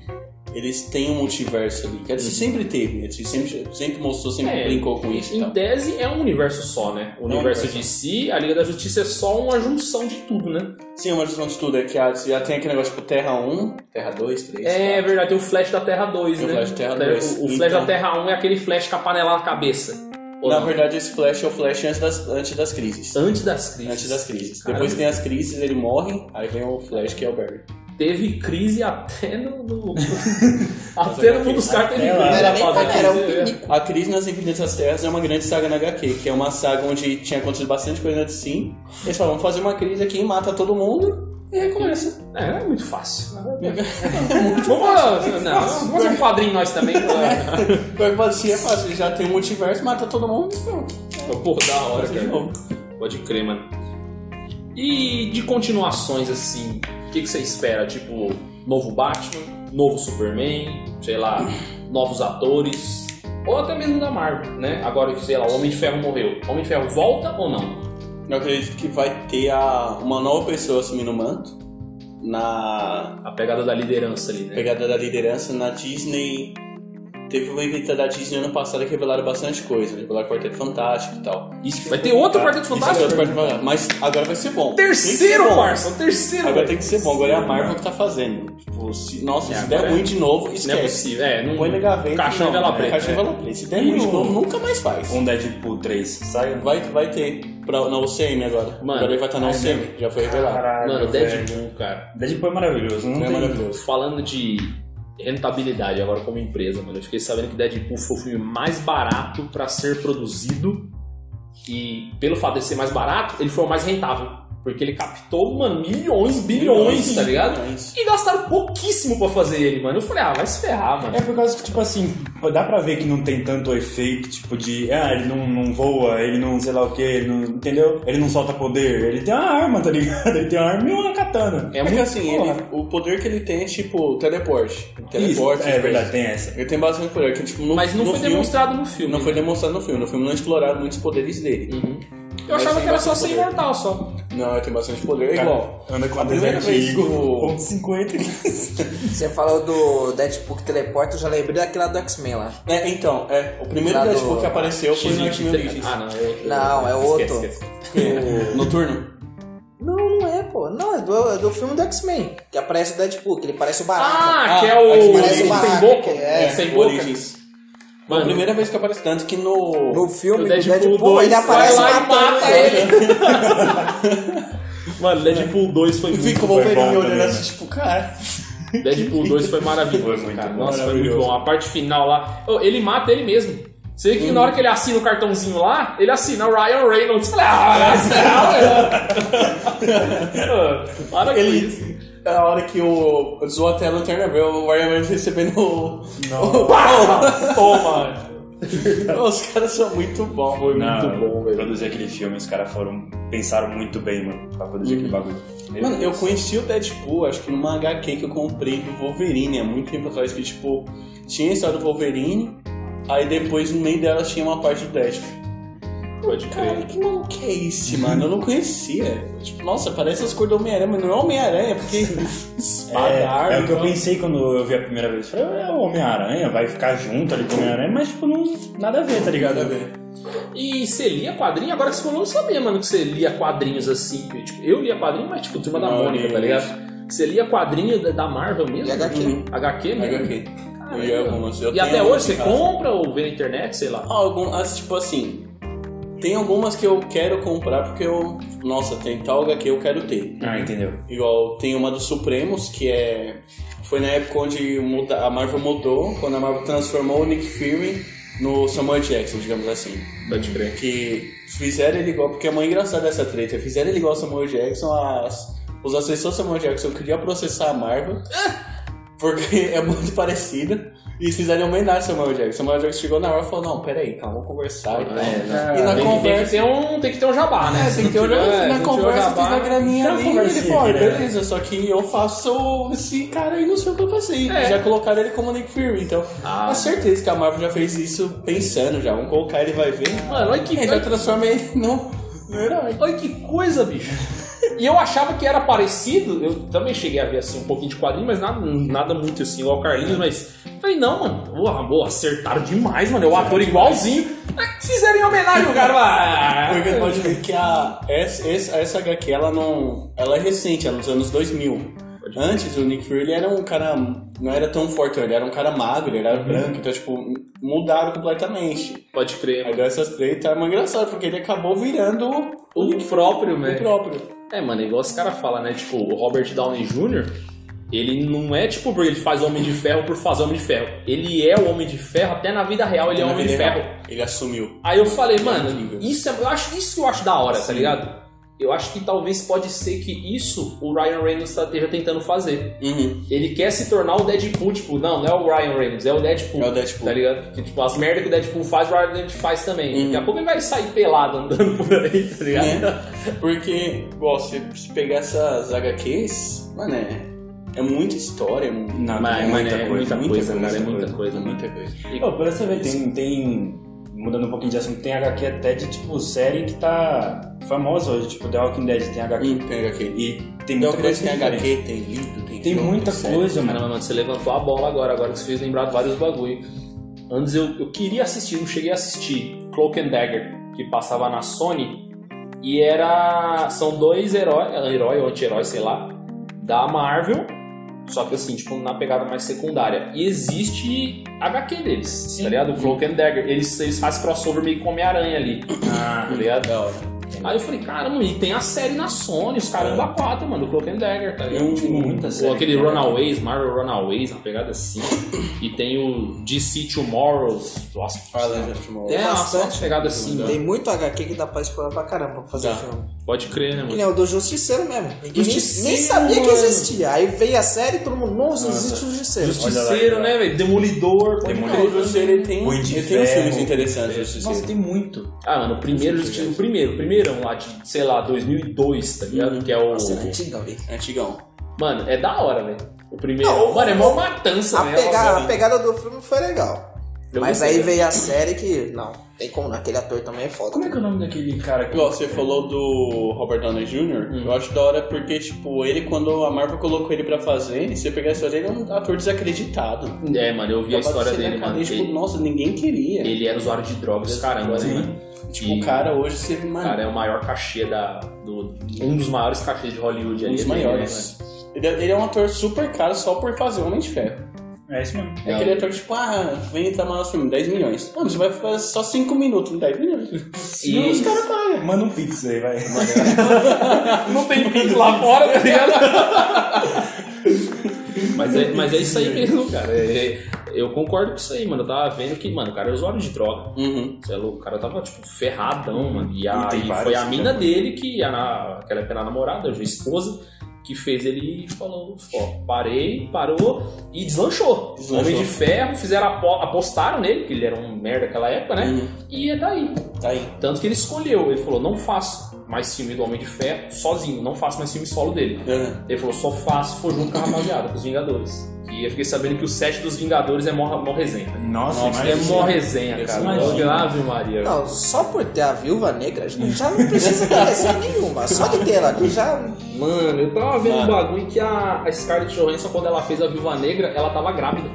S2: eles têm um multiverso ali. Que a DC sempre teve, né? a DC sempre, sempre mostrou, sempre
S1: Uhum. É,
S2: brincou com isso e
S1: Em
S2: tal.
S1: tese é um universo só, né? O
S2: Então. um
S1: universo
S2: universo.
S1: de si, a Liga da Justiça é só uma junção de tudo, né?
S2: Sim, uma junção de tudo é que a, já tem aquele negócio tipo Terra 1, Terra 2, 3.
S1: É
S2: 4.
S1: verdade, tem o Flash da Terra 2,
S2: Tem
S1: né?
S2: o Flash da Terra
S1: O-
S2: 2,
S1: O, Flash da
S2: então.
S1: Terra 1 é aquele Flash que apanela a cabeça. Ou
S2: Na
S1: não?
S2: verdade, esse Flash é o Flash antes das, antes das crises.
S1: Antes das crises.
S2: Antes das crises.
S1: Caramba.
S2: Depois tem as crises, ele morre, aí vem o Flash que é o Barry.
S1: Teve crise até no. no-
S2: Mas
S1: até
S2: é
S1: no mundo dos
S2: que-
S1: caras teve
S2: até
S1: crise.
S2: lá.
S4: não era nem
S1: rapaz,
S4: cara, era um
S1: é.
S4: pinico.
S2: A Crise nas Infinitas Terras é uma grande saga na HQ, que é uma saga onde tinha acontecido bastante coisa na DC. Eles falam, vamos fazer uma crise aqui, mata todo mundo e recomeça.
S1: É, é muito fácil. Vamos fazer não, vamos fazer um quadrinho nós também. pra-
S2: Porque assim é fácil, ele já tem um multiverso, mata todo mundo e pronto.
S1: Pô, da hora,
S2: Faz de
S1: cara.
S2: novo.
S1: Pode crer, mano. E de continuações assim, o que, que você espera? Tipo, novo Batman, novo Superman, sei lá, novos atores, ou até mesmo da Marvel, né? Agora que, sei lá, o Homem de Ferro morreu. Homem de Ferro volta ou não?
S2: Eu acredito que vai ter a, uma nova pessoa assumindo o manto na
S1: A pegada da liderança ali, né?
S2: pegada da liderança na Disney. Teve uma evento da Disney ano passado que revelaram bastante coisa, né? revelaram Quarteto Fantástico e tal.
S1: Isso, vai ter outro Quarteto
S2: Isso é
S1: Fantástico?
S2: agora vai devagar, Mas agora vai ser bom. Tem que ser
S1: Terceiro,
S2: é bom.
S1: parça, o terceiro.
S2: Agora
S1: velho.
S2: tem que ser bom, agora é a Marvel que tá fazendo. Tipo, se, nossa,
S1: É,
S2: se
S1: agora
S2: der
S1: é.
S2: ruim de novo,
S1: Não é
S2: esquece.
S1: possível, é, não
S2: Põe na gaveta.
S1: Caixão
S2: não,
S1: e vela
S2: é,
S1: preta,
S2: Caixão e
S1: é.
S2: vela preta. Se der
S3: E
S2: ruim de
S3: o-
S2: novo, nunca mais faz.
S3: Um Deadpool 3 sai.
S2: Vai, vai ter pra, na UCM agora.
S1: Mano,
S2: agora ele vai estar na UCM, já foi revelado.
S3: Caralho,
S1: Mano,
S3: velho.
S1: Deadpool, cara.
S3: Deadpool é maravilhoso. Não
S2: É
S3: tem...
S2: maravilhoso.
S1: Falando de rentabilidade agora como empresa, mano, eu fiquei sabendo que Deadpool foi o filme mais barato pra ser produzido e pelo fato de ser mais barato, ele foi o mais rentável. Porque ele captou, mano, milhões, bilhões, tá ligado?
S2: Milhões.
S1: E gastaram pouquíssimo pra fazer ele, mano. Eu falei, ah, vai se ferrar, mano.
S3: É por causa que, tipo assim, pô, dá pra ver que não tem tanto efeito, tipo, de ah, ele não, não voa, ele não sei lá o que, ele não. Entendeu? Ele não solta poder, ele tem uma arma, tá ligado? Ele tem uma arma e uma katana.
S2: É, muito
S3: que,
S2: assim,
S3: porra,
S2: ele- o poder que ele tem é tipo teleporte.
S3: isso,
S2: Teleporte,
S3: É
S2: tipo,
S3: verdade, tem essa.
S2: Ele tem bastante poder, que tipo, no,
S1: Mas não
S2: no
S1: foi
S2: filme,
S1: demonstrado no filme.
S2: Não foi demonstrado no filme, no filme não exploraram muitos poderes dele.
S1: Uhum. Eu
S2: Mas
S1: achava
S2: tem
S1: que era só
S2: bastante
S1: ser
S2: poder.
S1: imortal só.
S2: Não, ele tem bastante poder, é
S3: Cara,
S2: igual.
S3: Anda com
S2: a primeira vez que o-
S3: com 50.
S4: Você falou do Deadpool que teleporta, eu já lembrei daquela do X-Men lá.
S2: É, então, é, o primeiro
S4: Lá do-
S2: Deadpool que apareceu foi no X-Men Origins.
S1: Ah, não, eu,
S4: Não, é outro.
S1: Esquece, esquece.
S2: Noturno?
S4: Não, não é, pô. Não, é do, é do filme do X-Men, que aparece o Deadpool, que ele parece o Barata.
S1: Ah, que é
S2: Ah,
S1: o.
S2: aqui
S4: parece
S1: Sem
S4: uma arma,
S1: boca.
S4: que é-
S1: É, sem
S2: o
S1: boca.
S2: Origins. Foi a
S1: Mano.
S2: primeira vez que aparece, tanto que no...
S4: no filme
S1: O
S4: do
S1: Deadpool
S4: Deadpool,
S1: 2
S4: ele aparece
S1: vai lá e
S4: matando
S1: mata Mano, Deadpool 2 foi muito
S2: Fica o
S3: Foi
S2: Wolverine
S3: bom
S2: olhando
S3: também,
S2: assim, tipo, cara...
S1: Deadpool 2 foi
S3: Foi
S1: maravilhoso,
S3: muito
S1: cara.
S3: bom.
S1: Nossa, foi muito
S3: Maravilhoso.
S1: bom. A parte final lá. Ô, Ele mata ele mesmo. Você vê que na hora que ele assina o cartãozinho lá, ele assina Ryan Reynolds. Eu Falei, ah, é será? Para com isso.
S2: Ele... A hora que o... Zoou até a Lanterna Verde, o Warrior Man recebendo o...
S1: Pá! Toma!
S2: Os caras são muito bons.
S1: Foi
S3: Não,
S1: muito bom, velho.
S3: Produzir aquele filme, os caras foram. Pensaram muito bem, mano, pra produzir aquele bagulho. Meu
S2: Mano, eu
S3: Deus.
S2: conheci o Deadpool, acho que numa HQ que eu comprei do Wolverine, há muito tempo atrás, que tipo, tinha a história do Wolverine, aí depois no meio dela tinha uma parte do Deadpool.
S1: Pode crer.
S2: Cara, que maluco é esse, mano? Eu não conhecia. Tipo, nossa, parece as cores do Homem-Aranha, mas não é Homem-Aranha, porque espada, arma.
S3: É, é o que eu
S2: então.
S3: pensei quando eu vi a primeira vez. Falei, é o Homem-Aranha, vai ficar junto ali com o Homem-Aranha, mas tipo, não, nada a ver, tá ligado?
S2: Nada a ver.
S1: E você lia quadrinho? Agora que você falou, eu não sabia, mano, que você lia quadrinhos assim. que, tipo, eu lia quadrinho, mas tipo, turma da
S2: Não,
S1: Mônica,
S2: eu
S1: tá
S2: lia.
S1: ligado? Você lia quadrinho da- da Marvel mesmo?
S4: E HQ.
S1: Uhum. HQ mesmo?
S2: HQ.
S1: Caramba.
S2: Eu ia algumas, é eu
S1: E
S2: tenho
S1: até
S2: algumas
S1: hoje você
S2: em casa.
S1: compra ou vê na internet, sei lá.
S2: Algumas, tipo assim, tem algumas que eu quero comprar porque eu. Nossa, tem tal HQ eu quero ter.
S3: Ah, entendeu?
S2: Igual tem uma dos Supremos, que é. Foi na época onde muda- a Marvel mudou, quando a Marvel transformou o Nick Fury no Samuel Jackson, digamos assim.
S1: Pode crer.
S2: Que fizeram ele igual, porque é muito engraçada essa treta, fizeram ele igual ao Samuel Jackson, as, os assessores do Samuel Jackson queriam processar a Marvel, porque é muito parecida, e fizeram homenagem ao Samuel Jackson. Samuel Jackson chegou na hora e falou, não, peraí, calma,
S1: É,
S2: vamos conversar e tal. E na
S1: né? Tem, que- tem que
S2: conversa...
S1: ter um, tem que ter um jabá, né?
S2: É, tem que ter olhar na conversa, fiz na graninha
S3: Tem uma
S2: ali, ele
S3: conversinha,
S2: falou, "Olha,
S3: né?
S2: beleza, só que eu faço esse cara aí no seu campo assim.
S1: É.
S2: Já colocaram ele como Nick Fury, então.
S1: Ah.
S2: Com certeza que a Marvel já fez isso pensando já. Vamos colocar ele vai ver.
S1: Mano, olha que,
S2: Ele já
S1: olha,
S2: transforma ele no no herói.
S1: olha que coisa, bicho. E eu achava que era parecido, eu também cheguei a ver assim um pouquinho de quadrinho, mas nada, nada muito assim, igual o Carlinhos, mas. Falei, não, mano, porra, boa, acertaram demais, mano. É o ator igualzinho. Ah, Fizeram em homenagem ao cara. ah.
S2: Porque pode ver que a, essa, essa, essa HQ ela não. Ela é recente, ela é dos anos 2000. Antes, o Nick Fury ele era um cara. Não era tão forte, ele era um cara magro, ele era branco, então, tipo, mudaram completamente.
S1: Pode crer,
S2: Agora essas três tá mais engraçado, porque ele acabou virando o,
S1: O próprio,
S2: o
S1: né?
S2: próprio.
S1: É, mano, é igual os caras falam, né? Tipo, o Robert Downey Jr., ele não é tipo porque ele faz Homem de Ferro por fazer Homem de Ferro. Ele é o Homem de Ferro, até na vida real ele é
S2: Na
S1: Homem de
S2: vida
S1: Ferro.
S2: real, Ele assumiu.
S1: Aí eu falei,
S2: incrível.
S1: mano, isso, é, eu acho, isso que eu acho da hora, tá ligado? Eu acho que talvez pode ser que isso o Ryan Reynolds tá- esteja tentando fazer.
S2: Uhum.
S1: Ele quer se tornar o Deadpool, tipo, não, não é o Ryan Reynolds, é o Deadpool.
S2: É o Deadpool.
S1: Tá ligado? Que, tipo, as merdas que o Deadpool faz, o Ryan Reynolds faz também.
S2: Uhum.
S1: Daqui a pouco ele vai sair pelado andando por aí, tá ligado?
S2: Né? Porque, igual, se, se pegar essas HQs, mano, é, é muita história, é mu-
S3: Não,
S1: Mas-
S3: tem
S1: mas é muita coisa, cara, é muita coisa,
S2: muita coisa.
S1: E-
S3: Pô, por essa vez tem, tem mudando um pouquinho de assunto, tem HQ até de tipo série que tá famosa hoje, tipo The Walking Dead tem HQ.
S2: Hum, tem HQ.
S3: E tem
S2: Tem
S3: muita
S2: HQ,
S3: coisa
S2: tem
S3: diferente.
S2: HQ, tem livro, tem
S3: Tem
S2: jogo,
S3: muita
S2: série.
S3: coisa, mano.
S1: Caramba, mano, você levantou a bola agora, agora que você fez lembrar de vários bagulho. Antes eu, eu queria assistir, não cheguei a assistir Cloak and Dagger, que passava na Sony, e era. São dois heróis, herói ou anti-herói, sei lá, da Marvel, só que assim, tipo, na pegada mais secundária. E existe HQ deles, tá ligado? O Cloak and Dagger. Eles, eles fazem crossover meio com Homem-Aranha ali,
S3: Ah,
S1: tá ligado? Aí eu falei, caramba, e tem a série na Sony, os caramba quatro, mano, do Cloak and Dagger, tá ligado?
S2: Tem um
S1: Tipo,
S2: muita
S1: ou
S2: série.
S1: aquele Runaways, Marvel Runaways, uma pegada assim. e tem o DC Tomorrow's. Nossa,
S2: Ah, Legend of Tomorrow.
S1: é uma-
S4: bastante.
S1: uma pegada assim,
S4: Tem
S1: mano.
S4: muito HQ que dá pra explorar pra caramba pra fazer
S2: Dá.
S4: filme.
S1: Pode crer, né,
S4: Que
S1: mano?
S4: nem o do Justiceiro mesmo. Ninguém
S1: Justiceiro,
S4: nem sabia que
S1: mano.
S4: existia. Aí veio a série e todo mundo, nossa, existe o Justiceiro.
S1: Justiceiro,
S3: olha lá,
S1: né, velho? Demolidor. pode
S3: Demolidor.
S1: crer.
S2: O Justiceiro ele tem,
S3: Punho de
S2: ele tem uns
S3: Ferro.
S2: filmes interessantes, o
S3: Nossa,
S2: Justiceiro.
S3: tem muito.
S1: Ah, mano, o primeiro Justiceiro, o primeiro, o primeirão lá de, sei lá, 2002, tá ligado? Que é o...
S4: Nossa, né? era antigão, hein?
S2: Antigão.
S1: Mano, é da hora, velho. O primeiro.
S4: Não,
S1: mano, é mó
S4: o-
S1: matança,
S4: A,
S1: né?
S4: pega- a
S1: Obviamente.
S4: pegada do filme foi legal.
S1: Eu
S4: Mas
S1: gostei,
S4: aí
S1: né?
S4: veio a série que. Não, tem como, não. aquele ator também é foda.
S3: Como é que é o nome daquele cara que.
S2: Igual você falou do Robert Downey Jr., eu acho da hora porque, tipo, ele, quando a Marvel colocou ele pra fazer, se você pegar a história dele, é um ator desacreditado.
S1: É, mano, eu vi a história dele, mano.
S2: Ele, tipo,
S1: Ele,
S2: nossa, ninguém queria.
S1: ele era usuário de drogas, caramba, né,
S3: Sim.
S1: mano?
S2: tipo,
S1: e-
S2: o cara hoje se
S1: O
S2: mano,
S1: cara é o maior cachê da. Do, um dos maiores cachês de Hollywood
S2: um
S1: ali.
S2: dos
S1: né,
S2: maiores. Ele, é- ele é um ator super caro só por fazer Homem de Ferro.
S3: É isso mesmo.
S1: né?
S2: É aquele ator que, tipo, ah, vem trabalhar no filme, 10 milhões. Não, você vai fazer só 5 minutos, 10 milhões. é
S1: E-
S3: Não, os caras pagam. Manda um pix aí, vai.
S1: mano? Não tem pique lá fora, tá ligado? mas, é, mas é isso aí mesmo, cara. É- é- eu concordo com isso aí, mano. Eu tava vendo que, mano, o cara é usuário de droga.
S2: Uhum.
S1: Você é louco, o cara tava, tipo, ferradão, mano. E, a,
S3: E tem
S1: e
S3: vários
S1: foi a
S3: que
S1: mina
S3: já-
S1: dele, que a, aquela que era a namorada, a esposa, que fez ele e falou, ó, parei, parou e deslanchou.
S2: Deslanchou.
S1: Homem de ferro, fizeram, apo- apostaram nele, que ele era um merda naquela época, né?
S2: Uhum.
S1: E é daí.
S2: Tá aí.
S1: Tanto que ele escolheu, ele falou, não faço mais filme do Homem de Ferro sozinho, não faço mais filme solo dele.
S2: Uhum.
S1: Ele falou, só faço se for junto com a rapaziada, com os Vingadores. E eu fiquei sabendo que o set dos Vingadores é mó, mó resenha.
S3: Nossa,
S2: Nossa,
S1: É
S3: imagina.
S1: mó resenha,
S2: Esse
S1: cara.
S2: imagina.
S1: Olha, Ave Maria.
S4: Não, só por ter a viúva negra, a gente já não precisa de resenha nenhuma. Só de ter ela aqui já. é
S1: Mano, eu tava vendo
S2: Mano.
S1: um bagulho que a, a Scarlett Johansson, quando ela fez a Viúva Negra, ela tava grávida.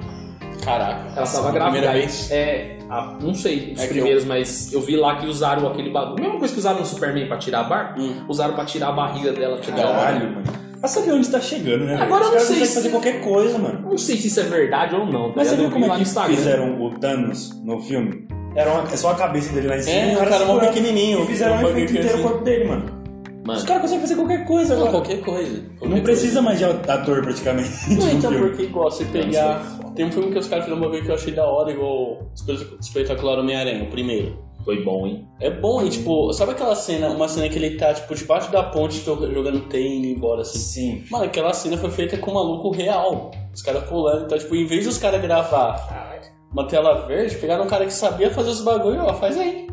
S2: Caraca.
S3: Tá.
S1: Ela tava grávida.
S2: Primeira
S1: Aí,
S2: vez.
S1: É, a- não sei os
S2: É que
S1: primeiros, mas eu vi lá que usaram aquele bagulho. Mesma coisa que usaram no Superman pra tirar a barba,
S2: Hum.
S1: usaram pra tirar a barriga dela. Tirar a barriga.
S3: Caralho, mano. Pra saber onde tá chegando, né? velho?
S1: Agora eu
S3: Os
S1: não
S3: caras
S1: sei
S3: conseguem
S1: se-
S3: fazer qualquer coisa, mano.
S1: Não sei se isso é verdade ou não, tá
S3: Mas
S1: ligado?
S3: você viu
S1: Eu vi
S3: como é
S1: lá no
S3: que
S1: Instagram.
S3: fizeram o Thanos no filme? Era uma- é só a cabeça dele lá em cima.
S2: É,
S3: e
S2: um cara mó
S3: segurando.
S2: pequenininho,
S3: E
S2: um
S3: fizeram um
S2: bagulho
S3: efeito inteiro
S2: assim.
S3: o corpo dele, mano. Os
S1: Mano,
S3: caras conseguem fazer qualquer coisa
S2: Não,
S3: agora.
S2: qualquer coisa. Qualquer
S3: Não precisa mais de ator praticamente.
S2: Não,
S3: no
S2: então,
S3: filme.
S2: porque igual você pegar. Tem um filme que os caras fizeram um bagulho que eu achei da hora, igual Espe- Espetacular Homem-Aranha, o primeiro.
S1: foi bom, hein?
S2: É bom, e tipo, sabe aquela cena, uma cena que ele tá, tipo, debaixo da ponte to- jogando tênis e indo embora assim?
S3: Sim.
S2: Mano, aquela cena foi feita com um maluco real. Os caras pulando, então, tipo, em vez dos caras gravar uma tela verde, pegaram um cara que sabia fazer os bagulho, ó, faz aí.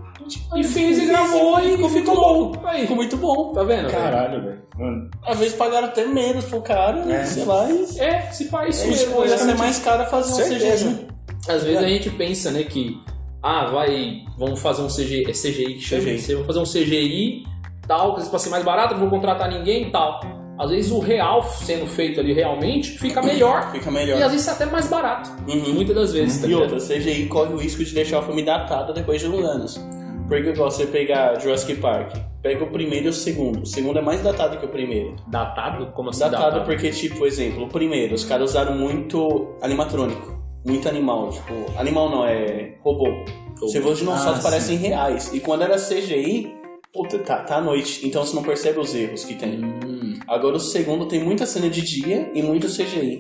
S1: E fez e gravou e ficou, ficou bom. Aí,
S2: Ficou muito bom.
S1: tá vendo? velho?
S3: Caralho, velho. Mano,
S2: Às vezes pagaram até menos pro cara,
S3: É.
S2: sei lá, e
S1: É, se faz isso
S2: Isso,
S1: mesmo.
S2: tipo, ia
S1: né?
S2: ser mais caro fazer um
S4: Certeza.
S2: CGI.
S1: Às
S2: É.
S1: vezes a gente pensa, né, que ah, vai, vamos fazer um CGI, é CGI que chama,
S2: CGI.
S1: CGI. vou fazer um CGI tal, que às vezes pra ser mais barato, não vou contratar ninguém tal. Às vezes o real sendo feito ali realmente fica melhor
S2: Fica
S1: e
S2: melhor.
S1: às vezes é até mais barato.
S2: Uhum.
S1: Muitas das vezes, tá
S2: E
S1: ligado?
S2: outra, CGI corre o risco de deixar o filme datado depois de um uns anos. Porque igual você pegar Jurassic Park, pega o primeiro e o segundo. O segundo é mais datado que o primeiro.
S1: Datado? Como assim?
S2: Datado porque, tipo, exemplo, o primeiro, os caras usaram muito animatrônico. Muito animal, tipo, animal não, é robô. Você vê os dinossauros
S3: Ah,
S2: parecem reais. E quando era CGI, puta, tá, tá à noite. Então você não percebe os erros que tem.
S1: Hum,
S2: Agora o segundo tem muita cena de dia e muito CGI.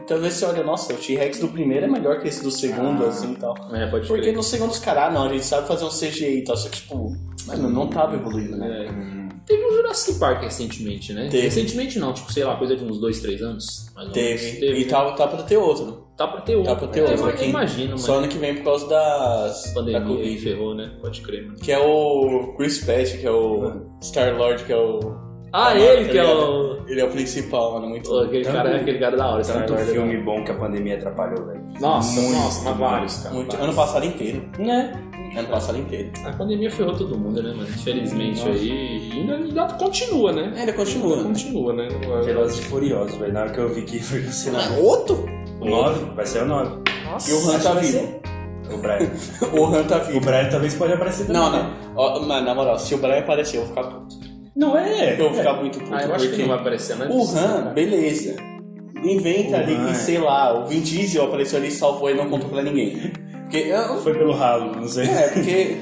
S2: Então às vezes você olha, nossa, o T-Rex do primeiro é melhor que esse do segundo,
S3: Ah.
S2: assim e tal.
S1: é, pode
S2: Porque
S1: crer.
S2: no segundo os caras, ah, não, a gente sabe fazer um CGI e tal, só que tipo, mano, não tava evoluindo, né?
S1: É. Teve um Jurassic Park recentemente, né?
S2: Teve.
S1: Recentemente não, tipo, sei lá, coisa de uns 2, 3 anos. Mais ou menos.
S2: Teve. E
S1: né?
S2: tá, tá pra ter outro.
S1: Tá pra ter outro.
S2: Tá pra ter
S1: É,
S2: outro
S1: mas
S2: aqui.
S1: Eu imagino, mas
S2: Só ano que vem por causa das. da
S1: pandemia aí
S2: Covid.
S1: ferrou, né? Pode crer, mano.
S6: Uhum.
S2: Que é o Chris Pratt, que é o Star-Lord, que é o.
S1: Ah,
S2: Tá
S1: ele
S2: lá,
S1: que é
S2: tá
S1: o.
S2: Ele é o principal, mano, muito
S6: Pô,
S2: louco.
S6: aquele, cara, aquele cara da hora. esse cara é né?
S3: Tanto
S6: da hora.
S3: filme bom que a pandemia atrapalhou, velho.
S1: Nossa,
S3: Muito,
S1: nossa, mas
S3: muito.
S1: vários, cara.
S2: Muito- Ano passado inteiro.
S1: Né?
S2: Ano passado inteiro.
S6: A pandemia ferrou todo mundo, né, mano? Infelizmente aí. E ainda, ainda continua, né?
S2: Ainda É, continua.
S6: Continua, né?
S3: Velozes e Furiosos, velho. Na hora que eu vi que foi cancelado.
S4: um Outro?
S3: O 9, vai ser o 9.
S4: Nossa.
S2: E o Han tá vivo.
S3: O Brian.
S2: O Han tá
S3: o
S2: vivo.
S3: Brian talvez pode aparecer também.
S2: Não, não. Ó, mano, na moral, se o Brian aparecer, eu vou ficar puto.
S3: Não é.
S2: Eu vou ficar muito puto.
S6: Ah, eu acho que
S2: porque
S6: ele não vai aparecer, né?
S2: O Han, beleza. Inventa
S3: O
S2: ali
S3: Han,
S2: que,
S3: é.
S2: sei lá, o Vin Diesel apareceu ali, salvou e não contou pra ninguém. Porque eu-
S3: Foi pelo ralo, não sei.
S2: É, porque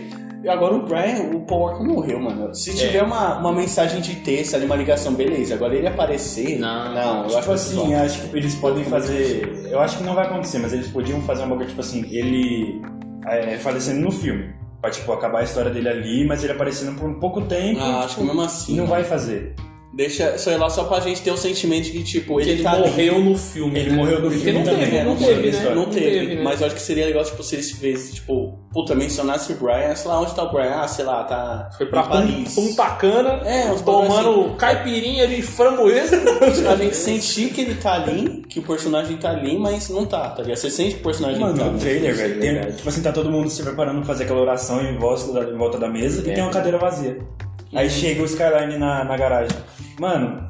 S2: agora o Brian, o Paul Walker morreu, mano. Se tiver uma, uma mensagem de texto ali, uma ligação, beleza. Agora ele aparecer.
S6: Não.
S2: não eu acho
S3: Tipo
S2: que
S3: assim, acho que eles podem fazer. Eu acho que é não vai acontecer, mas eles podiam fazer um bagulho, tipo assim, ele é, falecendo no filme. Pra, tipo, acabar a história dele ali, mas ele aparecendo por um pouco tempo.
S2: Ah, acho que mesmo assim.
S3: E não vai fazer.
S2: Deixa, sei lá, só pra gente ter o sentimento de que, tipo,
S6: Porque
S2: ele,
S6: ele
S2: tá ali. tá
S6: morreu no filme.
S3: Ele
S6: né?
S3: morreu no
S6: Porque
S3: filme
S6: não
S3: também,
S6: Teve,
S3: né?
S6: não
S3: Não
S6: teve,
S3: teve,
S6: né?
S2: Não teve,
S6: né?
S2: mas eu acho que seria legal, tipo, se eles fizessem, tipo, puta, mencionasse o Brian, sei lá, onde tá o Brian, ah, sei lá, tá
S6: Foi pra um
S2: em
S1: Paris.
S2: Paris.
S1: Punta Cana,
S2: É, uns
S1: tomando caipirinha de framboesa.
S2: A gente sentir que ele tá ali, que o personagem tá ali, mas não tá, tá ligado? Você sente que o personagem tá
S3: Mano,
S2: ali.
S3: o trailer, velho. tem-
S6: verdade.
S3: tipo assim, tá todo mundo se preparando pra fazer aquela oração em volta da, em volta da mesa e
S6: É.
S3: tem uma cadeira vazia. Aí chega o Skyline na, na garagem. Mano,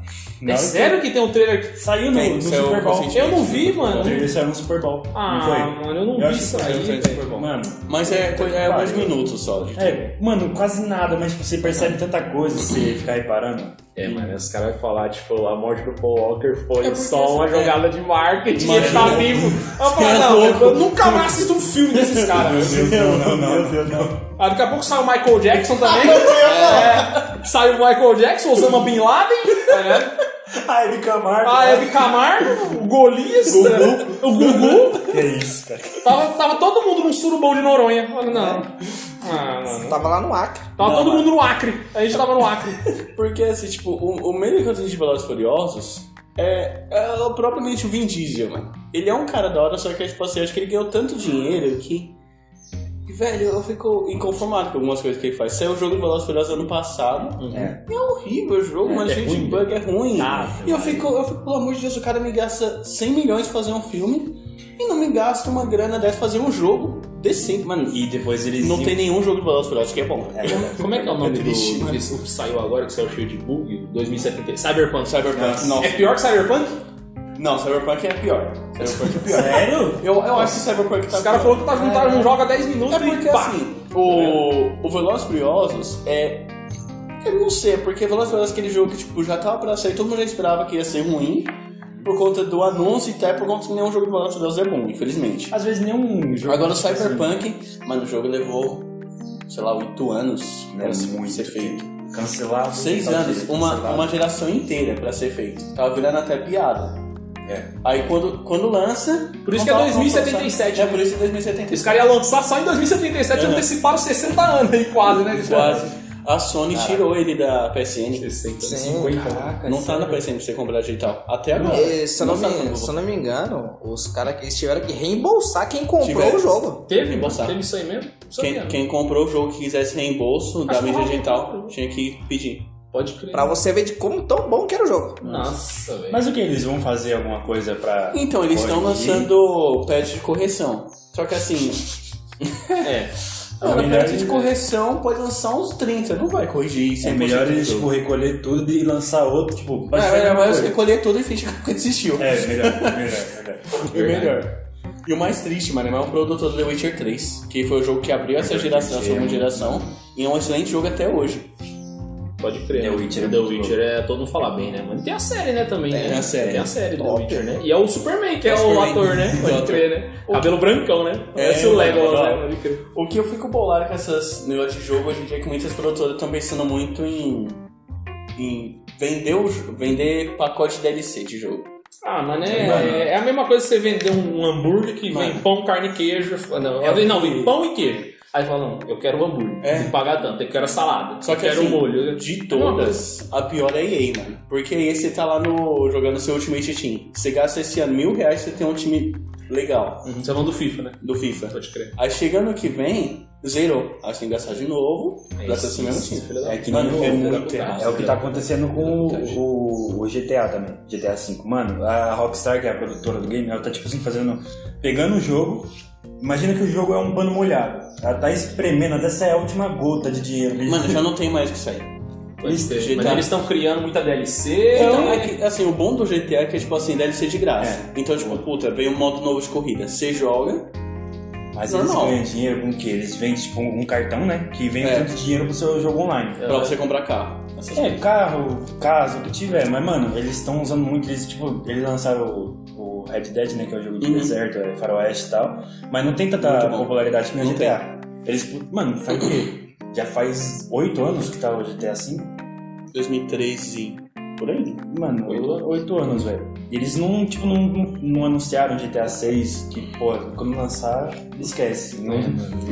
S3: na
S1: É
S3: hora
S1: sério que tem um trailer?
S3: que saiu no,
S2: Tem, né?
S3: no
S2: saiu
S3: Super Bowl.
S2: recentemente.
S1: Eu não vi,
S3: O
S1: mano.
S3: trailer saiu no Super Bowl. não
S1: Ah,
S3: foi?
S1: mano, eu não
S3: Eu
S1: vi
S3: acho que
S1: isso
S3: saiu
S1: aí,
S3: no
S1: velho.
S3: Mano,
S2: Mas é, coi- é alguns
S3: Pariu.
S2: minutos só. gente.
S3: é, mano, quase nada, mas tipo, você percebe tanta coisa se ficar reparando.
S6: É, mano, os caras vão falar, tipo, a morte do Paul Walker foi
S2: porque
S6: só uma
S2: assim, é.
S6: jogada de marketing, ele tá
S2: Imagina.
S6: vivo. Eu falo,
S2: caras
S6: não, eu,
S2: loucos.
S6: eu nunca mais assisto um filme desses caras.
S3: Não, não, não.
S1: Ah, daqui a pouco sai o Michael
S2: Ah,
S1: Jackson também. É, sai o Michael Jackson, Osama Bin Laden. tá ligado?
S3: Ah, ele Camargo.
S1: A Hebe Camargo, o Golias, tá ligado? o Gugu.
S3: Que isso, cara.
S1: Tava, tava todo mundo num surubão de Noronha. Olha, não. Ah, mano.
S4: Tava lá no Acre.
S1: Tava
S2: É. Não,
S1: todo
S2: mano.
S1: mundo no Acre. A gente tava no Acre.
S2: Porque, assim, tipo, o, o meio que eu tenho de Velozes e Furiosos é, é o- propriamente o Vin Diesel, mano. Ele é um cara da hora, só que, tipo assim, acho que ele ganhou tanto dinheiro que... que, Velho, eu fico inconformado com algumas coisas que ele faz. Saiu o jogo do Velozes e Furiosos ano passado.
S3: É.
S2: É horrível o jogo, mas gente, o bug é ruim.
S3: Tá.
S2: e eu fico, eu fico, pelo amor de Deus, o cara me gasta 100 milhões pra fazer um filme e não me gasta uma grana dessa pra fazer um jogo decente, mano.
S3: E depois eles.
S2: Não tem nenhum jogo de Velozes e Furiosos que é bom.
S6: Como é que é o nome
S2: triste,
S6: do,
S2: mano.
S6: desse- o que saiu agora, que saiu cheio de bug? 2070. Cyberpunk. Cyberpunk.
S2: Nossa.
S1: É pior que Cyberpunk?
S2: Não, Cyberpunk é pior. Cyberpunk é pior.
S3: Sério?
S2: Eu, eu acho que Cyberpunk tá
S1: Os caras
S2: pior.
S1: falaram que tá, não, tá, não joga 10 minutos
S2: É porque
S1: e pá.
S2: assim, o, o Velozes e Furiosos é. Eu não sei, porque Velozes e Furiosos é aquele jogo que tipo, já tava pra sair, todo mundo já esperava que ia ser ruim por conta do anúncio e até por conta que nenhum jogo de Velozes e Furiosos é bom, infelizmente.
S3: Às vezes nenhum jogo.
S2: Agora o
S3: tipo assim,
S2: Cyberpunk, mano, o jogo levou, sei lá, 8 anos
S3: Né,
S2: pra se-
S3: muito
S2: ser feito.
S3: Cancelado.
S2: Seis
S3: tal,
S2: anos,
S3: direito,
S2: uma,
S3: cancelado.
S2: uma geração inteira pra ser feito. Tava virando até piada.
S3: É.
S2: Aí quando, quando lança.
S1: Por isso
S2: não
S1: que é
S2: tava
S1: 2077.
S2: lançado. É, por isso que é 2077.
S1: Esse cara ia lançar só em 2077
S2: Uhum.
S1: anteciparam 60 anos aí, quase, né?
S2: Quase. A Sony tirou ele da PSN.
S6: 60,
S4: Sim,
S6: 50.
S2: Não tá na PSN pra você comprar digital. Até agora.
S4: E, É, se, eu não
S2: tá
S4: me,
S2: como-
S4: se eu não me engano, os caras que eles tiveram que reembolsar quem comprou
S2: Tiveram.
S4: o jogo.
S6: Teve,
S2: Tem
S6: mano?
S2: bolsado.
S6: Teve isso aí mesmo? Não sabia, né?
S2: Quem,
S6: mano.
S2: quem comprou o jogo que quisesse reembolso da
S1: Acho
S2: mídia
S1: que-
S2: digital tinha que pedir.
S6: Pode crer.
S4: Pra você ver de como tão bom que era o jogo.
S6: Nossa, velho.
S3: Mas o que? Eles vão fazer alguma coisa pra.
S2: Então, eles estão
S3: corrigir?
S2: lançando patch de correção. Só que assim,
S6: É.
S3: É
S2: mano,
S3: melhor
S2: patch de
S3: eles-
S2: correção pode lançar uns 30, não vai corrigir 100%
S3: É melhor
S2: do
S3: eles,
S2: jogo.
S3: tipo, recolher tudo e lançar outro, tipo,
S2: É,
S3: ser
S2: é,
S3: a mesma
S2: mas
S3: coisa.
S2: eu colhei tudo e finge que desistiu.
S3: É, melhor, melhor, melhor.
S2: E o melhor. E o mais triste, mano, é o produtor do The Witcher 3, que foi o jogo que é. abriu essa geração, essa segunda geração, e é um excelente jogo até hoje.
S6: Pode crer.
S3: The
S6: né?
S3: Witcher é
S6: The
S3: muito
S6: Witcher é todo mundo falar bem, né, mano? Tem a série, né, também.
S2: Tem
S6: né?
S2: a série.
S6: Tem a série do
S4: Top,
S6: Witcher, né?
S4: né?
S6: E é o Superman, que é,
S2: É o
S6: o
S2: Superman.
S6: ator, né?
S2: É o
S6: Pode
S2: ator.
S6: crer, né? Cabelo brancão, né? Parece o
S2: mano,
S6: Legolas,
S2: ó.
S6: né? Pode crer.
S2: O que eu fico bolado com essas negócios de jogo hoje em dia é que muitas produtoras estão pensando muito em, em vender, o jo- vender pacote DLC de jogo.
S1: Ah, mano,
S3: Mano.
S1: é, é a mesma coisa que você vender um hambúrguer que vem
S2: Mano.
S1: pão, carne e queijo. Ah, Não,
S2: É o
S1: vem- não,
S2: que-
S1: vem pão e queijo. Aí fala, não, eu quero o hambúrguer.
S2: É.
S1: Tem que pagar tanto, eu quero a salada.
S2: Só que
S1: eu quero
S2: assim,
S1: o molho.
S2: De todas, a pior é a EA, mano. Porque aí você tá lá no, jogando seu Ultimate Team. Você gasta esse ano mil reais, você tem um time legal
S1: Uhum. Você é do FIFA, né?
S2: do FIFA.
S1: Pode crer.
S2: Aí chegando que vem, zerou. Aí você tem que gastar de novo,
S6: É
S2: gasta
S6: isso,
S2: esse mesmo
S6: isso,
S2: time.
S6: filho da-
S3: É que nem
S2: Mano,
S3: o-
S2: é
S6: muito
S3: É o que tá acontecendo com o, o GTA também, GTA V. Mano, a Rockstar, que é a produtora do game, ela tá tipo assim fazendo. pegando o jogo. Imagina que o jogo é um pano molhado. Ela tá espremendo até sair a última gota de dinheiro. Eles-
S2: Mano, já não tem mais o que sair.
S1: Pode ser.
S2: GTA.
S1: Mas eles estão criando muita DLC.
S2: Então,
S1: né?
S2: é que, assim, o bom do GTA é que, tipo assim, deve ser de graça. Então, tipo, puta, vem um modo novo de corrida. Você joga,
S3: Mas
S2: normal.
S3: eles ganham dinheiro com o quê? Eles vendem tipo um cartão, né? Que vende
S2: É.
S3: tanto dinheiro pro seu jogo online.
S2: pra você comprar carro. Essas
S3: É,
S2: coisas.
S3: carro, casa, o que tiver, mas mano, eles estão usando muito, eles tipo, eles lançaram o, o Red Dead, né, que é o jogo de
S2: Uhum.
S3: deserto, é faroeste e tal, mas não tem tanta
S2: Muito bom.
S3: popularidade que no
S2: Não
S3: GTA. Eles, pu- mano, faz o quê? Já faz oito anos que tá o GTA V?
S2: 2013, por aí.
S3: Mano,
S2: Oito
S3: oito, oito anos, velho. E Eles não, tipo, não, não, não anunciaram o GTA VI, que, pô, quando lançar, esquece. Não,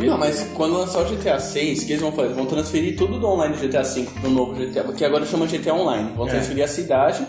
S2: Não, mas quando lançar o GTA 6, o que eles vão fazer? Vão transferir tudo do online do GTA 5 pro novo GTA, que agora chama GTA Online. Vão
S3: É.
S2: transferir a cidade,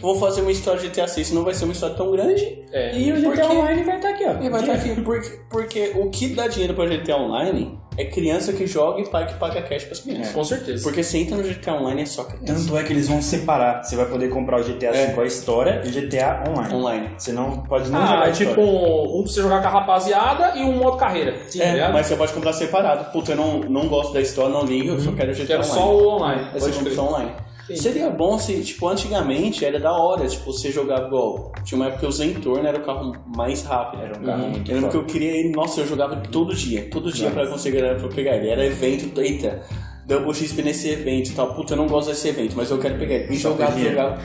S2: vão fazer uma história de GTA 6, não vai ser uma história tão grande.
S1: É.
S3: E o GTA
S2: Porque-
S3: Online vai estar aqui, ó.
S2: E vai estar aqui, porque, porque o que dá dinheiro pra GTA Online é criança que joga e pai que paga cash pras crianças.
S1: Com certeza.
S2: Porque se entra no GTA Online é só criança.
S3: Tanto é que eles vão separar. Você vai poder comprar o GTA V
S2: É.
S3: a história e o GTA Online.
S2: Online.
S3: Você não pode não
S1: Ah,
S3: jogar
S1: é tipo
S3: história.
S1: um, um pra você jogar com a rapaziada e um modo carreira. tá
S2: É,
S1: ligado?
S2: mas você pode comprar separado. Puta, eu não, não gosto da história, não ligo, eu só quero GTA
S1: Uhum. Quero
S2: online.
S1: só o online.
S2: Essa é
S1: Pode crer.
S2: opção online. Seria bom se, tipo, antigamente era da hora, tipo, você jogava igual. Tinha uma época que o Zentorno era o carro mais rápido. Era um
S3: carro muito
S2: Eu lembro
S3: foda.
S2: que eu queria ele, nossa, eu jogava todo dia, todo dia pra conseguir pra pegar ele. Era evento, eita, Double XP nesse evento e tal. Puta, eu não gosto desse evento, mas eu quero pegar ele. E
S3: Só
S2: jogava,
S3: podia.
S2: jogava.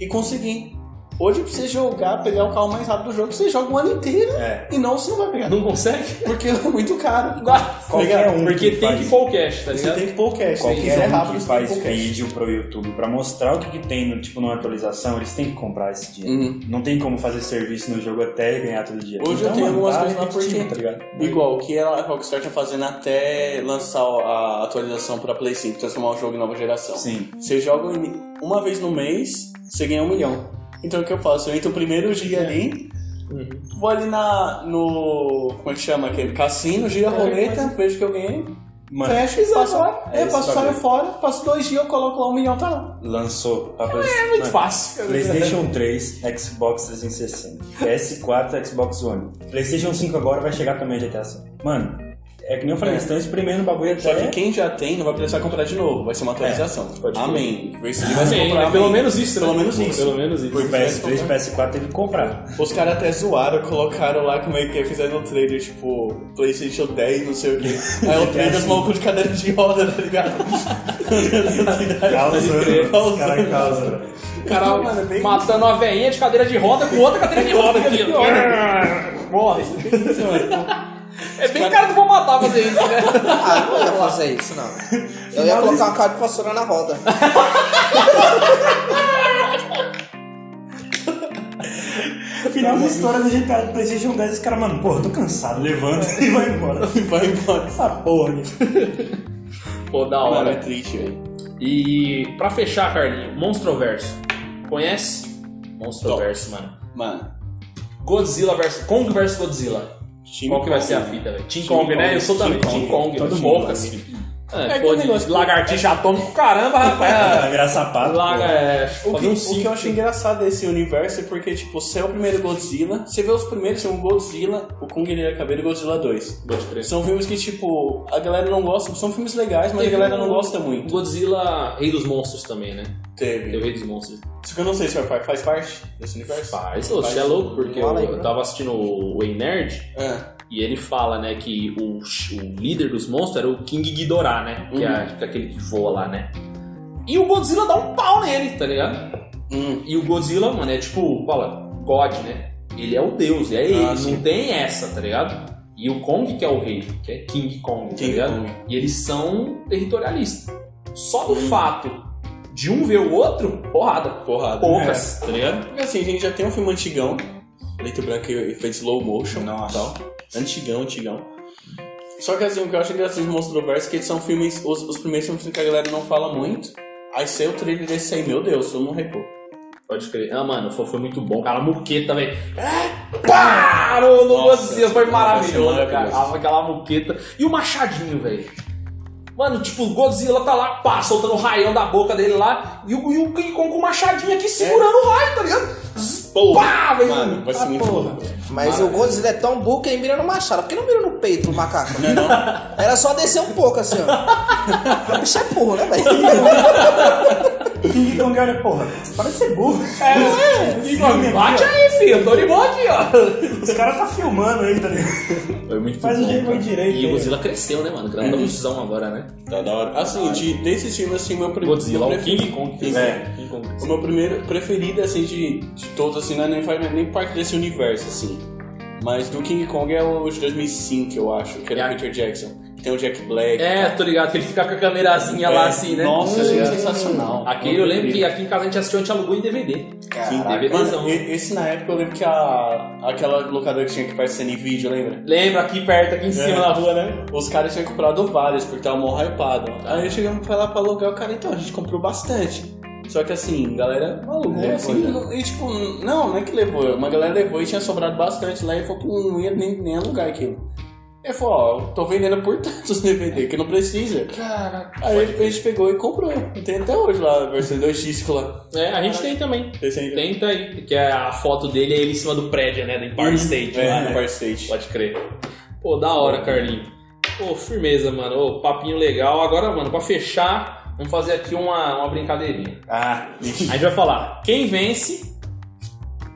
S2: E consegui. Hoje, pra você jogar, pegar o carro mais rápido do jogo, você joga o ano inteiro
S3: É.
S2: e não você não vai pegar.
S1: Não consegue?
S2: Porque é muito caro. é
S3: Qualquer um
S1: Porque
S3: que
S1: tem
S3: faz.
S1: que pôr o cash, tá
S2: Você
S1: ligado?
S2: tem que pôr o cash. Se
S3: Qualquer
S2: quiser
S3: um
S2: rápido,
S3: que
S2: você tem que
S3: faz
S2: pôr o cash.
S3: vídeo pro YouTube pra mostrar o que, que tem, no, tipo, numa atualização, eles têm que comprar esse dia.
S2: Uhum.
S3: Não tem como fazer serviço no jogo até ganhar todo dia.
S2: Hoje eu tenho
S3: mano,
S2: algumas
S3: tá
S2: coisas lá
S3: repetitivo,
S2: porque-
S3: tá ligado?
S2: Igual que ela- a Rockstar tá fazendo até lançar a atualização pra Play 5, transformar o jogo em nova geração.
S3: Sim.
S2: Você joga em- uma vez no mês, você ganha um milhão. Então o que eu faço? Eu entro o primeiro dia ali, vou ali na, no. Como é que chama aquele? Cassino, gira a roleta, vejo que eu ganhei,
S3: Mano,
S2: fecho É, e passo,
S3: É
S2: é,
S3: esse
S2: passo saio
S3: bagulho.
S2: fora, passo dois dias, eu coloco lá um milhão, tá lá.
S3: lançou a Play...
S1: É muito
S3: Mano,
S1: fácil.
S3: PlayStation 3, Xbox 360, PS4, Xbox One. PlayStation 5 agora vai chegar também GTA V. Mano, é que nem eu falei,
S2: É.
S3: eles estão espremendo o bagulho
S2: Só
S1: É.
S2: que
S3: até.
S2: quem já tem não vai precisar comprar de novo, vai ser uma atualização.
S3: pode crer.
S2: Amém. Vai ser- vai
S1: Mas
S2: ser
S1: é,
S2: comprar,
S1: pelo
S2: amém.
S1: menos isso, né?
S2: Pelo menos isso.
S1: Pelo menos isso.
S3: O PS3 e PS4 teve que comprar.
S2: Os caras até zoaram, colocaram lá como é que é, fizeram um trailer, tipo, Playstation 10, não sei o quê. Aí o trailer das malucos de cadeira de roda, tá ligado? né?
S3: Causando,
S2: Causando.
S3: os caras causando.
S1: O cara
S2: Mano, é bem
S1: matando uma veinha de cadeira de roda com outra cadeira de roda aqui. ó. Morre. É bem cara do Vou Matar fazer isso, né?
S4: Ah, eu não ia fazer isso, não. Eu ia colocar uma cara de vassoura na roda.
S3: Final da história do GTA do Playstation 10, os caras, mano, porra, tô cansado, levanta e vai embora.
S2: Vai embora.
S3: Essa porra, né?
S1: Pô, da
S2: Mano, é
S1: hora.
S2: triste, velho.
S1: E pra fechar, Carlinho, Monstroverso. Conhece? Monstroverso, mano.
S2: Mano,
S1: Godzilla versus Kong versus Godzilla.
S2: Team
S1: Qual que vai
S2: Kong.
S1: ser a fita, velho? Team
S2: Team
S1: Kong, né?
S2: Kong.
S1: Eu sou também.
S2: Team
S1: Team
S2: Kong.
S1: Kong,
S3: Todo
S1: velho.
S3: mundo
S1: Poucas.
S2: É
S1: É,
S2: aquele
S1: pô, de
S2: negócio-
S1: lagartixa atômico, caramba, rapaz.
S3: Virar sapato.
S1: Laga,
S3: porra.
S1: é,
S2: O que,
S1: fazer um
S2: o que eu acho
S1: cinco.
S2: engraçado desse universo é porque, tipo, você é o primeiro Godzilla, você vê os primeiros, são o Godzilla, o Kong Guerreiro Cabelo e Godzilla 2.
S1: Dois, três.
S2: São filmes que, tipo, a galera não gosta, são filmes legais, mas
S1: Teve
S2: a galera não
S1: o
S2: gosta muito.
S1: Godzilla, Rei dos Monstros também, né? Teve o
S2: Teve.
S1: Rei dos Monstros.
S2: Só que eu não sei se vai- faz parte desse universo.
S1: Faz, ô,
S2: um
S1: você é louco, porque eu,
S4: Fala aí,
S1: eu
S2: né?
S4: bro.
S1: tava assistindo o Ei Nerd
S2: Ah,
S1: e ele fala, né, que o, o líder dos monstros era o King Ghidorah, né? Que é
S2: Uhum.
S1: tipo, aquele que voa lá, né? E o Godzilla dá um pau nele, tá ligado?
S2: hum.
S1: E o Godzilla, mano, é tipo, fala, God, né? Ele é o deus, é ele, não
S2: Ah, sim.
S1: tem essa, tá ligado? E o Kong que é o rei, que é King Kong, tá
S2: King
S1: ligado?
S2: Kong.
S1: E eles são territorialistas. Só do
S7: Hum.
S1: fato de um ver o outro, porrada.
S2: Porrada.
S1: Poucas,
S7: É.
S1: tá ligado?
S2: Porque assim, a gente já tem um filme antigão, preto e branco e feito slow motion e
S3: Nossa.
S2: tal. Antigão, antigão. Só que assim, o que eu acho engraçado dos Monstroverse é que eles são filmes, os, os primeiros filmes que a galera não fala muito. Aí saiu o trailer desse aí, meu Deus, eu não recuo.
S1: Pode crer. Ah, mano, foi, foi muito bom. Cara, a muqueta, velho.
S7: É,
S1: Ah, pá! No, no
S2: Nossa,
S1: Godzilla, foi
S2: vai ser
S1: maravilhoso, cara.
S2: maravilhoso.
S1: Aquela muqueta. E o machadinho, velho.
S7: Mano, tipo, Godzilla tá lá, pá, soltando o raião da boca dele lá, e o, e o King Kong com machadinha
S1: É.
S7: aqui segurando o raio, tá ligado? Zzz, Pá, velho.
S2: Mano, vai ser
S7: Ah,
S2: muito
S7: porra.
S2: louco.
S4: Mas
S2: Ah.
S4: o Godzilla é tão burro que ele mira no machado. Por que não mira no peito do macaco?
S2: não?
S4: Era só descer um pouco assim, ó. O bicho é burro, né, velho?
S3: King Kong olha, então porra, parece ser burro.
S7: É, King Kong, bate aí, filho, Doribon aqui, ó.
S3: Os caras tá filmando aí, tá ligado?
S8: Foi muito
S3: Faz um
S8: bom,
S3: jeito
S8: cara.
S3: mais direito.
S1: E o
S3: aí.
S1: Godzilla cresceu, né, mano? Grandãozão agora, né?
S2: Tá da hora. Assim, de, desses filmes, assim, o meu pre-
S1: Godzilla, o
S2: preferido.
S1: King Kong. que-
S2: É.
S1: King Kong.
S2: O meu primeiro preferido, assim, de, de todos, assim, não é nem, faz nem parte desse universo, assim. Mas do King Kong é o de 2005, eu acho, que é do
S1: É.
S2: Peter Jackson. que Tem o Jack Black.
S1: É, tô ligado, que ele fica com a câmerazinha lá
S2: É.
S1: assim, né?
S2: Nossa,
S1: Hum.
S2: é sensacional.
S1: Aquele eu lembro que aqui em casa a gente assistiu, a gente alugou em DVD. Em DVDzão.
S2: Mano, e- esse na época eu lembro que a, aquela locadora que tinha que parece em vídeo, lembra?
S1: Lembra aqui perto,
S2: É.
S1: aqui em cima na rua, né?
S2: Os caras tinham comprado vários, porque tava mó hypado. Aí chegamos pra lá pra alugar, o cara, então, a gente comprou bastante. Só que assim, galera alugou, assim, não- e tipo, não, não é que levou, uma galera levou e tinha sobrado bastante lá e falou que não ia nem, nem alugar aquilo. Ele falou, ó, eu tô vendendo por tantos DVD que não precisa. Caraca. Aí a gente pegou e comprou. Tem até hoje lá, a versão 2x lá.
S1: É, a gente tem também.
S2: Esse ainda-
S1: Tem, tá aí. Que é a foto dele é ele em cima do prédio, né? Do Empire State.
S2: É,
S1: lá, né?
S2: no Park State.
S1: Pode crer. Pô, da hora, Carlinho. Pô, firmeza, mano. Ô, papinho legal. Agora, mano, pra fechar, vamos fazer aqui uma, uma brincadeirinha.
S3: Ah,
S1: A gente vai falar quem vence.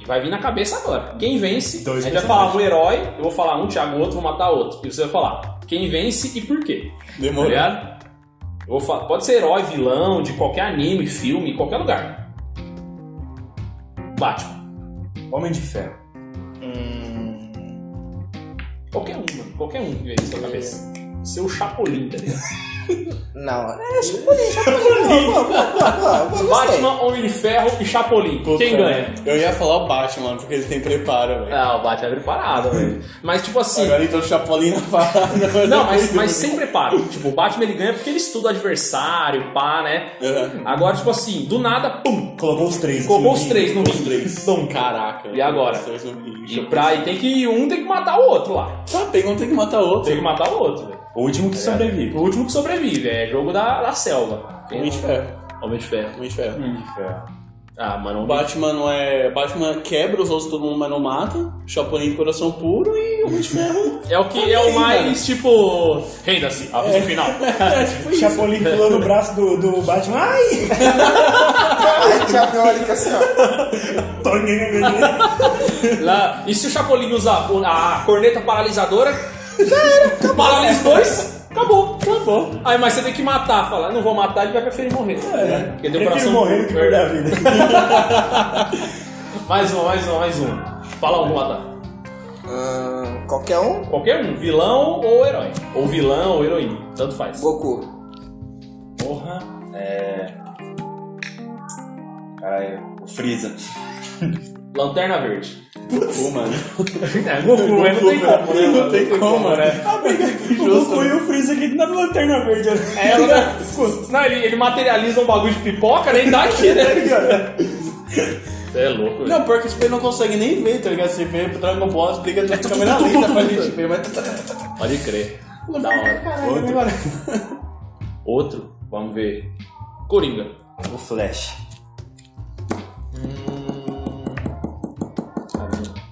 S1: e Vai vir na cabeça agora. Quem vence,
S3: Dois
S1: a gente vai falar um herói, eu vou falar um, Thiago, o outro, vou matar outro. E você vai falar quem vence e por quê. Tá
S2: Demorou.
S1: ligado? Eu vou falar, pode ser herói, vilão, de qualquer anime, filme, qualquer lugar. Batman.
S3: Homem de Ferro.
S1: Qualquer um, mano. Qualquer um que vem na sua cabeça. Seu Chapolin, tá ligado?
S4: Não, é chapulinho, chapulinho. Pô, pô, pô, pô, pô, gostei.
S1: Batman, Homem de Ferro e Chapolin.
S2: Puta,
S1: Quem ganha?
S2: Eu ia falar o Batman, porque ele tem preparo, velho.
S1: Ah, o Batman é preparado, velho. Mas tipo assim.
S2: Agora então o Chapolin na parada.
S1: Não, mas, mas sem preparo. Tipo, o Batman ele ganha porque ele estuda o adversário, pá, né?
S2: Uhum.
S1: Agora, tipo assim, do nada, pum!
S3: Colocou os três.
S1: Colocou
S3: assim,
S1: os três no
S2: Os
S1: ringue.
S2: três.
S1: Pum.
S2: Caraca. é
S1: E agora?
S2: Os três no ringue.
S1: E, pra, e tem que. Um tem que matar o outro lá.
S2: Tá, tem um tem que matar o outro.
S1: Tem que matar o outro, velho.
S3: O último que sobrevive.
S1: O último que sobrevive, é jogo da, da selva.
S2: Homem de ferro.
S1: Homem de ferro.
S2: Homem de ferro.
S3: Homem de Ferro.
S1: Ah, mano,
S2: um O
S1: um
S2: Batman não é. Batman quebra os outros todo mundo, mas não mata. Chapolin de coração puro e Homem de ferro.
S1: é o que é o mais, tipo. Renda-se, aviso final.
S2: é tipo isso.
S3: Chapolin pulou no braço do, do Batman. Ai!
S4: Aí tinha a hora que assim, ó.
S3: Tonha.
S1: Lá, e se o Chapolin usar o- a corneta paralisadora? Paralisa os dois? Acabou. Acabou. Aí, mas você tem que matar. Fala, não vou matar, ele vai preferir morrer. É, Porque deu
S3: Prefiro
S1: coração.
S3: morrer do que perder a vida.
S1: Mais uma, mais uma, mais uma. Fala um, matar.
S4: Ahn, qualquer um,
S1: Qualquer um, vilão ou herói. Ou vilão ou heroína. Tanto faz.
S4: Goku.
S3: Porra. É. Caralho, o Freeza.
S1: Lanterna verde.
S2: Pô, mano.
S1: É, Goku, é, não tem como, né?
S2: Não tem como, né?
S3: O Goku e o Freeza aqui na lanterna verde.
S1: É, ela, não, ele, ele materializa um bagulho de pipoca, nem dá aqui, né? Você é louco, velho.
S2: Não, pior que tipo, ele não consegue nem ver, tá ligado? Você vê pro Dragon Ball, explica tudo em câmera lenta pra gente ver, mas. tá,
S1: Pode crer. Da hora.
S3: Outro.
S1: Outro, vamos ver. Coringa.
S3: O Flash.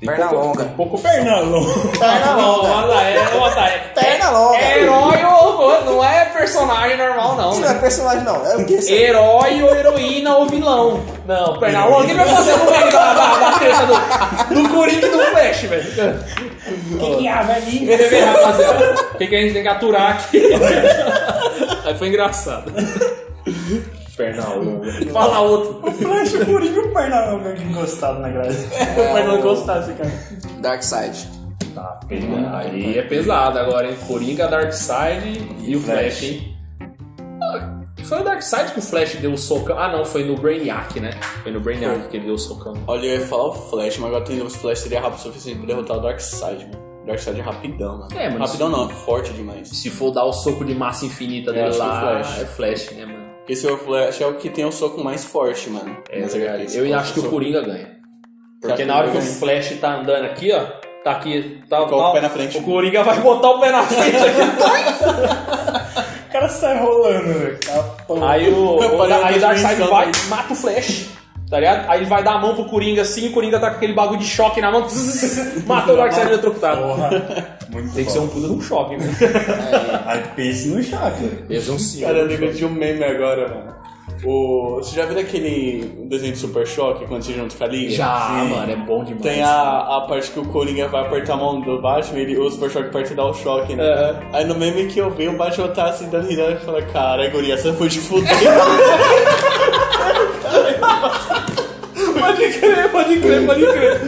S4: Perna
S1: um.
S4: longa.
S1: Pouco perna.
S4: Perna longa.
S1: Olha, é, olha, é.
S4: Perna longa.
S1: É herói ou não é personagem normal, não.
S4: Ih, Não
S1: né?
S4: é personagem, não. É o que? isso?
S1: Herói ou heroína ou vilão. Não, perna longa. Quem vai fazer o meio da, da, da treta do, do Coringa e do Flash, velho?
S3: Que que é, velhinho?
S1: Quer ver, rapaziada? O que, que a gente tem que aturar aqui? Aí foi engraçado. Perna longa. Fala outro.
S3: O Flash, o Coringa e o Pernalão verde encostado na grade.
S2: Mas não gostasse, cara.
S4: Darkseid.
S3: Tá,
S1: Aí é pesado agora, hein? Coringa, Darkseid e, o Flash,
S3: Flash.
S1: hein? Ah, Foi o Darkseid que o Flash deu o socão. Ah, não, foi no Brainiac, né? Foi no Brainiac que ele deu o socão.
S2: Olha, eu ia falar o Flash, mas agora tem o Flash seria rápido o suficiente pra derrotar o Darkseid, mano. O Darkseid é rapidão, mano.
S1: É, mano,
S2: Rapidão não, é forte demais.
S1: Se for dar o soco de massa infinita
S2: Eu
S1: dele
S2: acho que é
S1: lá,
S2: Flash.
S1: é Flash, né, mano?
S2: Esse é o Flash, é o que tem o soco mais forte, mano.
S1: É,
S2: Mas,
S1: verdade.
S2: cara, esse
S1: eu ainda
S2: soco-
S1: acho que o
S2: soco-
S1: Coringa ganha.
S2: Acho
S1: Porque
S2: que
S1: na hora
S2: ele
S1: que o
S2: ganha.
S1: Flash tá andando aqui, ó, tá aqui, tá,
S2: Coloca o
S1: tá-
S2: pé na frente.
S1: O Coringa vai botar o pé na frente aqui.
S3: O cara cara sai rolando, velho. Tá, pô.
S1: Aí o,
S2: Eu
S1: o
S2: parei
S1: da- aí o
S2: no
S1: Darkseid
S2: Twitch
S1: vai, mata o Flash, tá ligado? Aí ele vai dar a mão pro Coringa assim, o Coringa tá com aquele bagulho de choque na mão, matou o Darkseid eletrocutado.
S3: Porra. Muito
S1: Tem que ser um puta de um choque, né?
S3: Aí pense no choque, velho.
S9: Eles vão sim.
S2: Cara, eu lembrei de um meme agora, mano. O... Você já viu daquele desenho de Super Choque quando se junta com a Liga?
S9: Já,
S3: Sim.
S9: mano, é bom demais.
S2: Tem a, a parte que o Coringa vai apertar a mão do Batman ele usa o Super Choque pra te dar o choque, né? Aí no meme que eu vi, o Batman tá assim dando risada e fala: Cara, guria, você foi de fuder.
S1: Pode crer, pode crer, pode crer.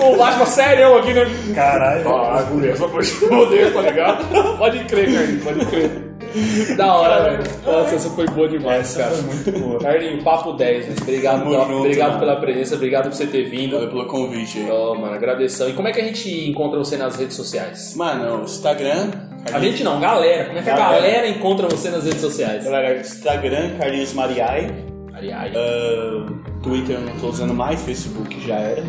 S1: O Batman sério aqui, né?
S3: Caralho.
S1: Ah, mulher, só pra poder, tá ligado? Pode crer, Carlinhos, pode crer. Da hora, velho. Nossa, essa foi boa demais,
S3: Essa
S1: cara.
S3: foi muito boa.
S1: Carlinhos, papo 10, né? Obrigado,
S2: Tamo
S1: pela,
S2: junto,
S1: obrigado
S2: mano.
S1: pela presença, obrigado por você ter vindo.
S2: Obrigado pelo convite aí.
S1: Ó, mano, agradeção. E como é que a gente encontra você nas redes sociais?
S2: Mano, Instagram.
S1: A gente não, galera. Como é que a
S3: Galera.
S1: galera encontra você nas redes sociais?
S2: Galera, Instagram, Carlinhos Mariai.
S1: Aliás,
S2: Ah, Twitter eu não tô usando mais, Facebook já era.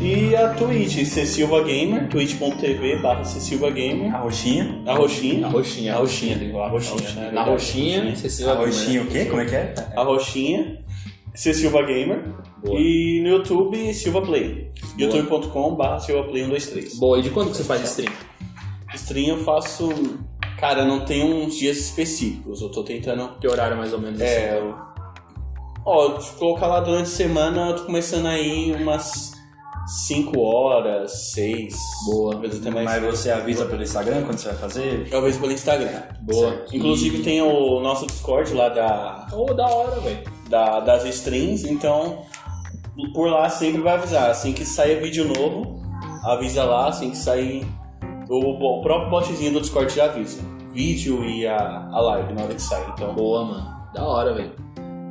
S2: E a Twitch, C Silva Gamer, twitch.tv barra C Silva Gamer.
S3: A roxinha.
S2: A roxinha.
S1: na roxinha. Na roxinha, tem que falar roxinha, né? Na roxinha, Cecília
S3: A
S1: Lima, né?
S3: roxinha o quê? Como é que é?
S2: A roxinha. C Silva Gamer.
S1: Boa.
S2: E no YouTube, Silva Play. youtube.com barra Silva Play 123.
S1: Boa, e de quando que você faz stream?
S2: Stream eu faço... Cara, não tem uns dias específicos, eu tô tentando
S1: Que horário mais ou menos? assim?
S2: É. eu- Ó, se colocar lá durante a semana, eu tô começando aí umas 5 horas, 6.
S1: Boa.
S2: Talvez até mais.
S3: Mas você avisa pelo Instagram quando você vai fazer?
S2: Talvez pelo Instagram.
S1: Boa.
S2: Inclusive tem o nosso Discord lá da,
S1: Ô, da hora, velho.
S2: da- das streams, então por lá sempre vai avisar. Assim que sair vídeo novo, avisa lá, assim que sair. O, o próprio botzinho do Discord já avisa. Vídeo e a, a live na hora que sair, então.
S1: Boa, mano. Da hora, velho.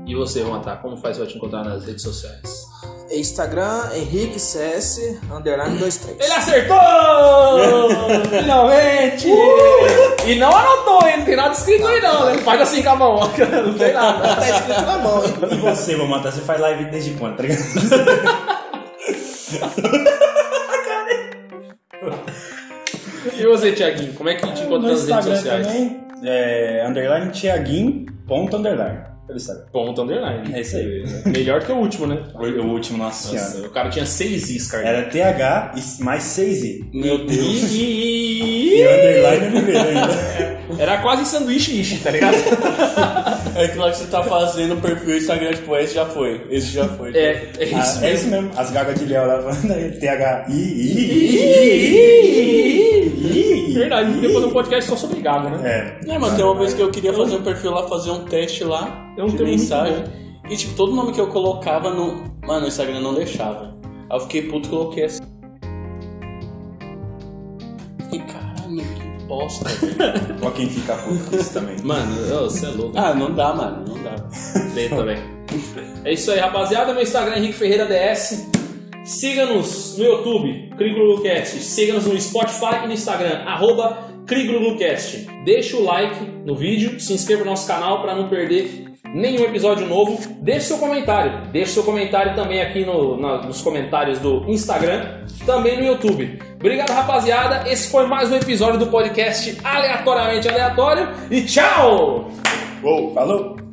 S1: E você, Matar, como faz pra te encontrar nas redes sociais?
S4: Instagram, Henrique CS, underline 23.
S1: Ele acertou! Finalmente! E não anotou, hein? Não tem nada escrito aí, não. Ele faz assim com a mão. Não tem nada.
S4: Tá escrito na mão, hein?
S3: E você, vou matar, você faz live desde quando, tá ligado?
S1: E você, Tiaguinho, como é que te encontra
S3: No
S1: nas redes
S3: Instagram
S1: sociais?
S3: também. É, underline Tiaguinho, ponto underline. Pelo Instagram.
S1: Ponto underline.
S3: É isso aí.
S1: Melhor que o último, né?
S3: O, o último, nossa senhora.
S1: Nossa, o cara tinha seis is, cara.
S3: Era TH e mais 6i.
S2: Meu Deus.
S3: E
S1: E-
S3: underline no primeiro ainda.
S1: Era quase sanduíche ish, tá ligado?
S2: É que lá que você tá fazendo o perfil Instagram, tipo, esse já foi, esse já foi.
S1: É, é isso.
S3: Ah, é isso mesmo. As gagas de Léo lá falando aí, TH I, I, I, I, I.
S1: Verdade, depois do podcast só sobre gaga, né?
S3: É.
S2: É, mas tem uma vez que eu queria fazer um perfil lá, fazer um teste lá
S1: É um
S2: de
S1: tema muito
S2: mensagem. E tipo, todo nome que eu colocava no. Mano, o Instagram não deixava. Aí eu fiquei puto e coloquei assim. Fiquei, caralho, que bosta.
S3: Ó quem fica puto com isso também.
S1: Mano, ô, você é louco.
S2: ah, não dá, mano, não dá.
S1: Treta, velho. É isso aí, rapaziada. Meu Instagram é Henrique Ferreira DS. Siga-nos no YouTube, CrigluGlucast. Siga-nos no Spotify e no Instagram, arroba CrigluGlucast. Deixa o like no vídeo, se inscreva no nosso canal para não perder nenhum episódio novo. Deixe seu comentário. Deixe seu comentário também aqui no- na- nos comentários do Instagram, também no YouTube. Obrigado, rapaziada. Esse foi mais um episódio do podcast Aleatoriamente Aleatório. E tchau!
S3: Uou, falou!